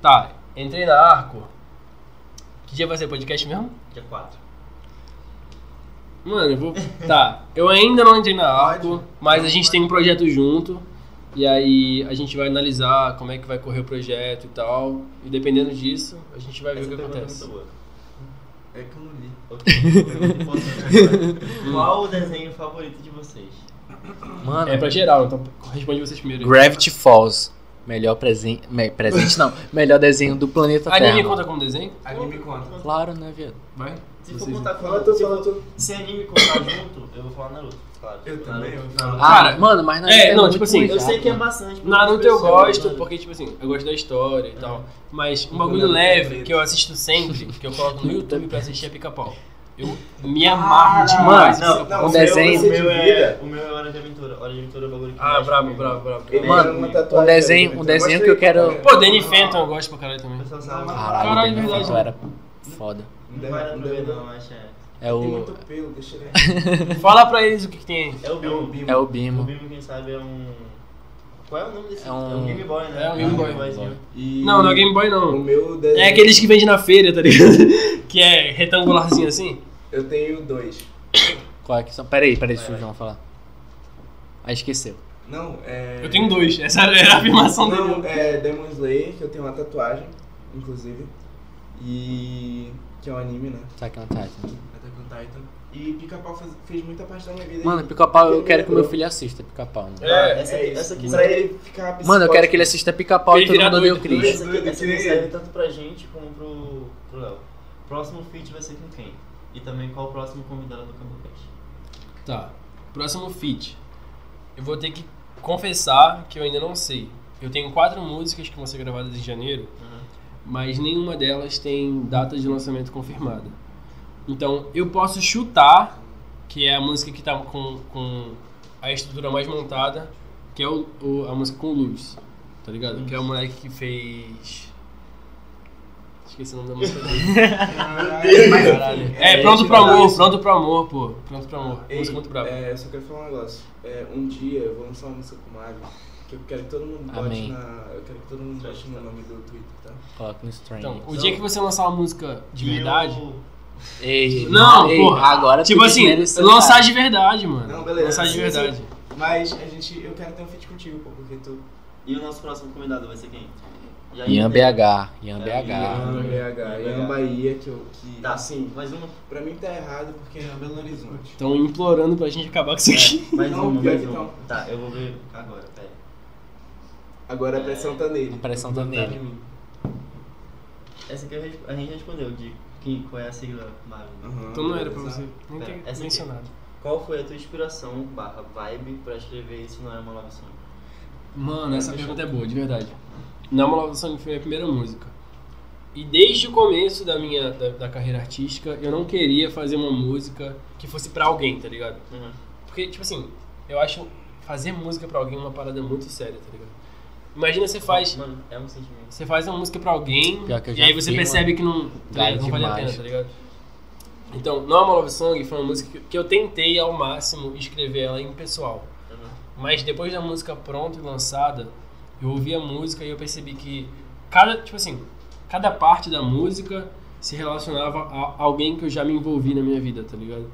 S2: Tá, entrei na Arco. Que dia vai ser o podcast mesmo?
S3: Dia 4.
S2: Mano, eu vou. Tá, eu ainda não entrei na Arco, mas a gente tem um projeto junto. E aí a gente vai analisar como é que vai correr o projeto e tal. E dependendo disso, a gente vai ver o que acontece.
S3: boa.
S4: É que eu não li.
S3: Ok, pergunta importante agora. Qual o desenho favorito de vocês?
S1: Mano,
S2: É pra geral, então responde vocês primeiro. aí.
S1: Gravity Falls. Melhor presente. me- Presente não. Melhor desenho do planeta
S2: Anime
S1: Terra.
S2: conta como desenho?
S4: Anime conta.
S1: Claro, né, viado?
S2: Vai.
S3: Se for
S4: Vocês-
S3: contar com
S4: Fala tu,
S3: se,
S4: fala
S3: for-
S4: tu.
S3: se anime contar junto, eu vou falar Naruto, claro.
S4: Eu
S3: Naruto. é
S4: também, eu falo.
S1: Ah,
S2: Cara,
S1: mano, mas
S2: é,
S1: é
S2: não,
S1: muito
S2: tipo assim,
S1: ruim,
S3: Eu sei
S1: cara.
S3: que é bastante. pra
S2: Naruto
S3: muitas
S2: eu
S3: pessoas,
S2: gosto,
S3: Naruto.
S2: porque, tipo assim, eu gosto da história e tal. Mas um
S4: Eu
S2: bagulho
S4: lembro que
S2: leve
S4: preto.
S2: que eu assisto sempre, que eu coloco no YouTube pra assistir é pica-pau. Eu me amarro demais.
S1: Mano,
S2: Não,
S4: não,
S1: um
S4: o meu-
S1: desenho.
S3: O meu, é, o meu é Hora de Aventura. Hora de Aventura é o bagulho que
S2: Ah,
S3: mexe
S2: bravo,
S3: comigo.
S2: bravo, bravo.
S4: Ele
S1: Mano,
S4: era uma
S3: um
S4: tatuagem
S1: desenho-
S4: dele,
S1: um
S4: eu
S1: desenho
S4: gostei,
S1: que eu quero-
S4: cara.
S2: Pô, Danny Fenton eu gosto pra caralho também.
S3: O pessoal
S4: Não,
S3: sabe.
S4: mas-
S1: Caralho,
S2: Caralho, né,
S1: Danny
S2: verdade.
S1: Phantom era foda.
S4: Não
S3: Não
S4: deu-
S3: vai dar
S4: não
S3: pra
S4: deu,
S3: ver,
S4: não.
S3: não, acho. é.
S1: É
S4: Tem
S1: o,
S4: muito pelo, deixa ele.
S2: Fala pra eles o que, que tem aí.
S3: É o Bimo.
S1: é o
S3: O
S1: Bimo.
S3: Bimo, quem sabe, é um. Qual é o nome desse?
S1: É um-
S3: Game Boy, né?
S2: É um Game Boy.
S3: Boyzinho.
S4: E-
S2: Não, não é Game Boy
S4: O
S2: não.
S4: meu desenho.
S2: É aqueles que vende na feira, tá ligado? Que é retangularzinho assim.
S4: Eu tenho dois.
S1: Qual é que são? Peraí, peraí, deixa o João falar. Ah, esqueceu.
S4: Não, é.
S2: Eu tenho dois, essa era a afirmação
S4: Não,
S2: dele.
S4: é Demon Slayer, que eu tenho uma tatuagem, inclusive. E. Que é um anime, né?
S1: Attack on Titan.
S4: Attack on Titan. E Pica-Pau fez, fez muita parte da minha vida.
S1: Mano, pica-pau, eu quero que meu filho assista pica-pau. mano.
S2: É,
S3: essa, aqui-
S4: isso.
S3: essa aqui
S4: Pra
S3: serve.
S4: ele ficar
S1: Mano, eu quero que ele
S4: psicótico.
S1: assista pica-pau e
S2: Ele
S1: todo
S2: virar
S1: mundo odeie o
S2: doido.
S1: Chris.
S3: Essa
S4: doido,
S3: aqui, essa
S4: que
S3: aqui
S4: nem
S3: serve
S4: ele.
S3: tanto pra gente como pro, pro Léo. Próximo feat vai ser com quem? E também qual o próximo convidado do Cambocast?
S2: Tá. Próximo feat. Eu vou ter que confessar que eu ainda não sei. Eu tenho quatro músicas que vão ser gravadas em janeiro, mas nenhuma delas tem data de lançamento confirmada. Então, eu posso chutar, que é a música que tá com, com a estrutura mais montada, que é o, o- a música com luz, tá ligado? Que é o moleque que fez... Esqueci o nome da música dele.
S4: Caralho.
S2: É, Pronto Pro Amor, Pronto Pro Amor, pô. Pronto Pro Amor.
S4: Ei,
S2: música muito brava.
S4: É, eu só quero falar um negócio. É, um dia eu vou lançar uma música com o Mario. Que eu quero que todo mundo bote
S1: Amém.
S4: na. Eu quero que todo mundo bote no nome do Twitter, tá?
S1: Coloca no stream.
S2: Então, o dia que você lançar uma música de verdade...
S1: Ei,
S2: Não,
S1: ei,
S2: porra.
S1: Agora tu
S2: Tipo assim,
S1: desmereceu,
S2: lançar
S1: cara.
S2: de verdade, mano.
S4: Não, beleza.
S2: Lançar de
S4: Sim,
S2: verdade.
S4: Mas a gente. Eu quero ter um feat contigo, pô, porque tu.
S3: E o nosso próximo convidado vai ser quem? E aí,
S1: Ian BH, Ian
S3: É,
S1: BH.
S3: Ian.
S4: Ian BH, Ian é um Bahia, que eu. Que,
S3: Tá,
S4: assim,
S3: mais uma.
S4: pra mim tá errado porque é Belo Horizonte.
S2: Estão Então, implorando pra gente acabar com
S4: É.
S2: isso aqui.
S3: Mais
S4: Não,
S3: uma,
S4: pior
S3: mais
S4: que
S3: uma.
S4: não.
S3: Tá, eu vou ver agora, pera.
S4: Agora a pressão tá nele.
S1: A pressão tá nele.
S3: Essa aqui eu res- a gente respondeu de quem, qual é a sigla Marvel.
S4: Aham,
S2: Então não era pra
S4: beleza.
S2: você nem ter
S3: Pera, É, essa aqui.
S2: mencionado.
S3: Qual foi a tua inspiração barra vibe pra escrever Isso Não É Uma Love Song?
S2: Mano, essa pergunta é boa, de verdade. Não Love Song foi a minha primeira música. E desde o começo da minha da, da carreira artística, eu não queria fazer uma música que fosse pra alguém, tá ligado?
S3: Uhum.
S2: Porque, tipo assim, eu acho fazer música pra alguém uma parada muito séria, tá ligado? Imagina você faz.
S3: Mano, é um sentimento.
S2: Você faz uma música pra alguém
S1: Pior que eu
S2: e
S1: já
S2: aí você
S1: fiz,
S2: percebe que não, tá ligado?
S1: Vale
S2: não vale a pena,
S1: demais.
S2: tá ligado? Então, Não é uma Love Song foi uma música que- que eu tentei ao máximo escrever ela em pessoal.
S3: Uhum.
S2: Mas depois da música pronta e lançada, eu ouvi a música e eu percebi que cada, tipo assim, cada parte da música se relacionava a alguém que eu já me envolvi na minha vida, tá ligado?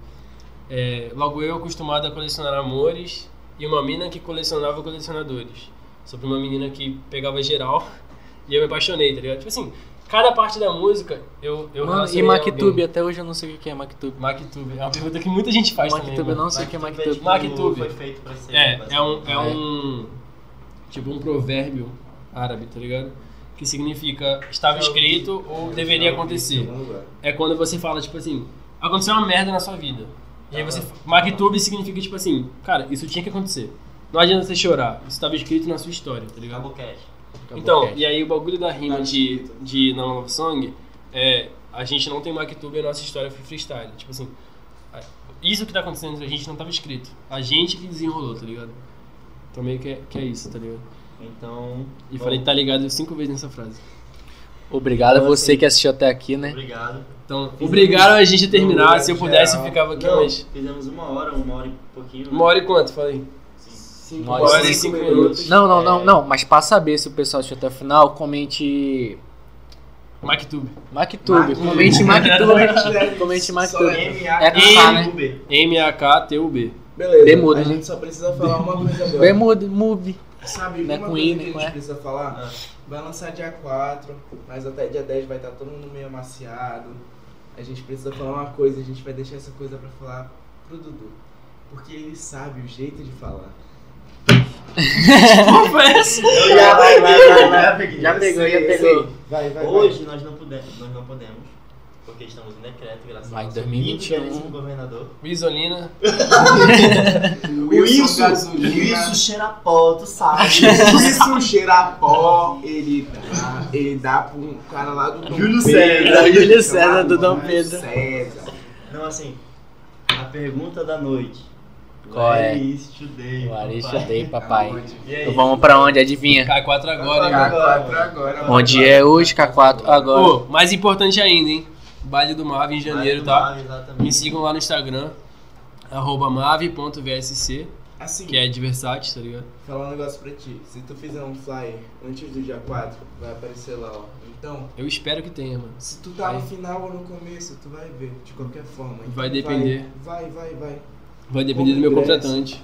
S2: É, logo eu acostumado a colecionar amores e uma mina que colecionava colecionadores. Sobre uma menina que pegava geral e eu me apaixonei, tá ligado? Tipo assim, cada parte da música eu
S1: Mano, e
S2: eu
S1: né?
S2: relacionei a alguém.
S1: MacTube, até hoje eu não sei o que que é MacTube.
S2: MacTube, é uma pergunta que muita gente faz também.
S1: MacTube, eu
S2: mano.
S1: não sei o que é MacTube.
S3: Tipo,
S2: Mactube.
S3: Foi feito pra ser.
S2: É, é um,
S3: basicamente.
S2: é um. Tipo um provérbio árabe, tá ligado? Que significa estava escrito ou deveria acontecer.
S4: Então
S2: É quando você fala, tipo assim, aconteceu uma merda na sua vida. E aí você. Maktub significa, tipo assim, cara, isso tinha que acontecer. Não adianta você chorar, isso estava escrito na sua história, tá ligado?
S3: Acabou cash.
S2: Então,
S1: Acabou,
S2: e aí o bagulho da rima
S4: Tá
S2: de,
S4: escrito.
S2: de Não Love Song é. A gente não tem MacTube e a nossa história foi freestyle. Tipo assim, a- isso que tá acontecendo entre a gente não tava escrito. A gente que desenrolou, tá ligado? Então meio que é, que é isso, tá ligado?
S3: Então.
S2: E
S3: bom,
S2: falei, tá ligado cinco vezes nessa frase.
S1: Obrigado a
S3: Então,
S1: você
S3: assim,
S1: que assistiu até aqui, né?
S3: Obrigado.
S2: Então, obrigaram a gente a terminar. Se eu pudesse, eu ficava aqui,
S3: Não,
S2: mas.
S3: fizemos uma hora, uma hora e pouquinho.
S2: Uma hora e quanto? Falei.
S4: Cinco
S1: Uma hora
S2: e cinco minutos.
S1: Não, não, não,
S3: É.
S1: não. Mas pra saber se o pessoal assistiu até o final, comente.
S2: MacTube.
S1: MacTube.
S4: Mac-
S1: Comente MacTube. comente
S4: Só
S1: MacTube.
S4: M-A-K.
S1: É tá, né?
S3: YouTube.
S2: M-A-K-T-U-B.
S4: Beleza.
S1: Demudo,
S4: a
S1: né?
S4: gente só precisa falar uma coisa agora.
S1: Bermuda, Move.
S4: Sabe,
S1: Não é
S4: uma
S1: com
S4: coisa
S1: I,
S4: que
S1: nem
S4: a
S1: com
S4: gente
S1: E.
S4: precisa falar?
S3: Ah.
S4: Vai lançar dia 4, mas até dia 10 vai estar todo mundo meio amaciado. A gente precisa falar uma coisa, a gente vai deixar essa coisa pra falar pro Dudu. Porque ele sabe o jeito de falar.
S3: Já, vai, vai, vai, vai.
S1: Já pegou, já pegou.
S4: Vai, vai,
S3: Hoje nós não, pudemos, nós não podemos, porque estamos em decreto, graças
S1: Vai,
S3: ao nosso
S1: 2021.
S3: queridíssimo governador.
S2: Isolina.
S4: vai.
S3: Wilson
S4: Gasolina.
S3: Isso cheira a pó, tu sabe.
S4: né? Wilson cheira pó, ele dá, ele dá pra um cara lá do Dom
S3: Júlio
S4: Pedro.
S3: César.
S1: Júlio César do
S4: Lá
S1: Dom
S4: Júlio
S1: Pedro.
S4: César.
S3: Não, assim, a pergunta da noite.
S1: Qual é?
S3: Isso, today.
S1: O Arish
S3: papai.
S1: Day, papai.
S4: Aonde?
S3: E aí?
S1: Então vamos pra onde? Adivinha?
S2: K4 agora, hein?
S4: K4 agora.
S1: Onde é hoje, K4? Agora.
S2: Pô, mais importante ainda, hein? Baile do Mave em janeiro, tá?
S3: Ah, Exatamente.
S2: Me sigam lá no Instagram, arroba mave.vsc,
S4: Assim,
S2: que é adversário, tá ligado?
S4: falar um negócio pra ti. Se tu fizer um flyer antes do dia 4, vai aparecer lá, ó. Então,
S2: Eu espero que tenha, mano.
S4: se tu tá no final ou no começo, tu vai ver, de qualquer forma. Então,
S2: Vai depender.
S4: Vai, vai, vai.
S2: Vai depender do meu
S4: Ingresso.
S2: contratante,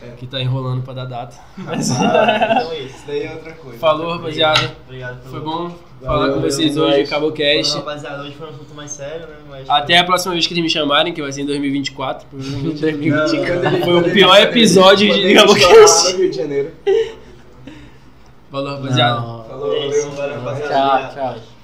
S4: É.
S2: que tá enrolando pra dar data.
S3: Então é isso.
S4: Isso daí é outra coisa.
S2: Falou, rapaziada.
S3: Obrigado pelo
S2: Foi bom falar com vocês
S4: valeu,
S2: hoje,
S4: nós.
S2: acabou o cast.
S3: Falou, rapaziada, hoje foi um assunto mais sério, né? Mas
S2: Até a próxima vez que eles me chamarem, que vai ser em 2024, provavelmente.
S3: Não, não, não.
S2: Foi o pior episódio de Liga
S4: Podcast. Rio de Janeiro.
S2: Valeu, rapaziada.
S1: Não.
S4: Falou,
S3: É isso,
S4: valeu,
S3: valeu,
S4: valeu.
S3: rapaziada.
S1: Tchau, tchau.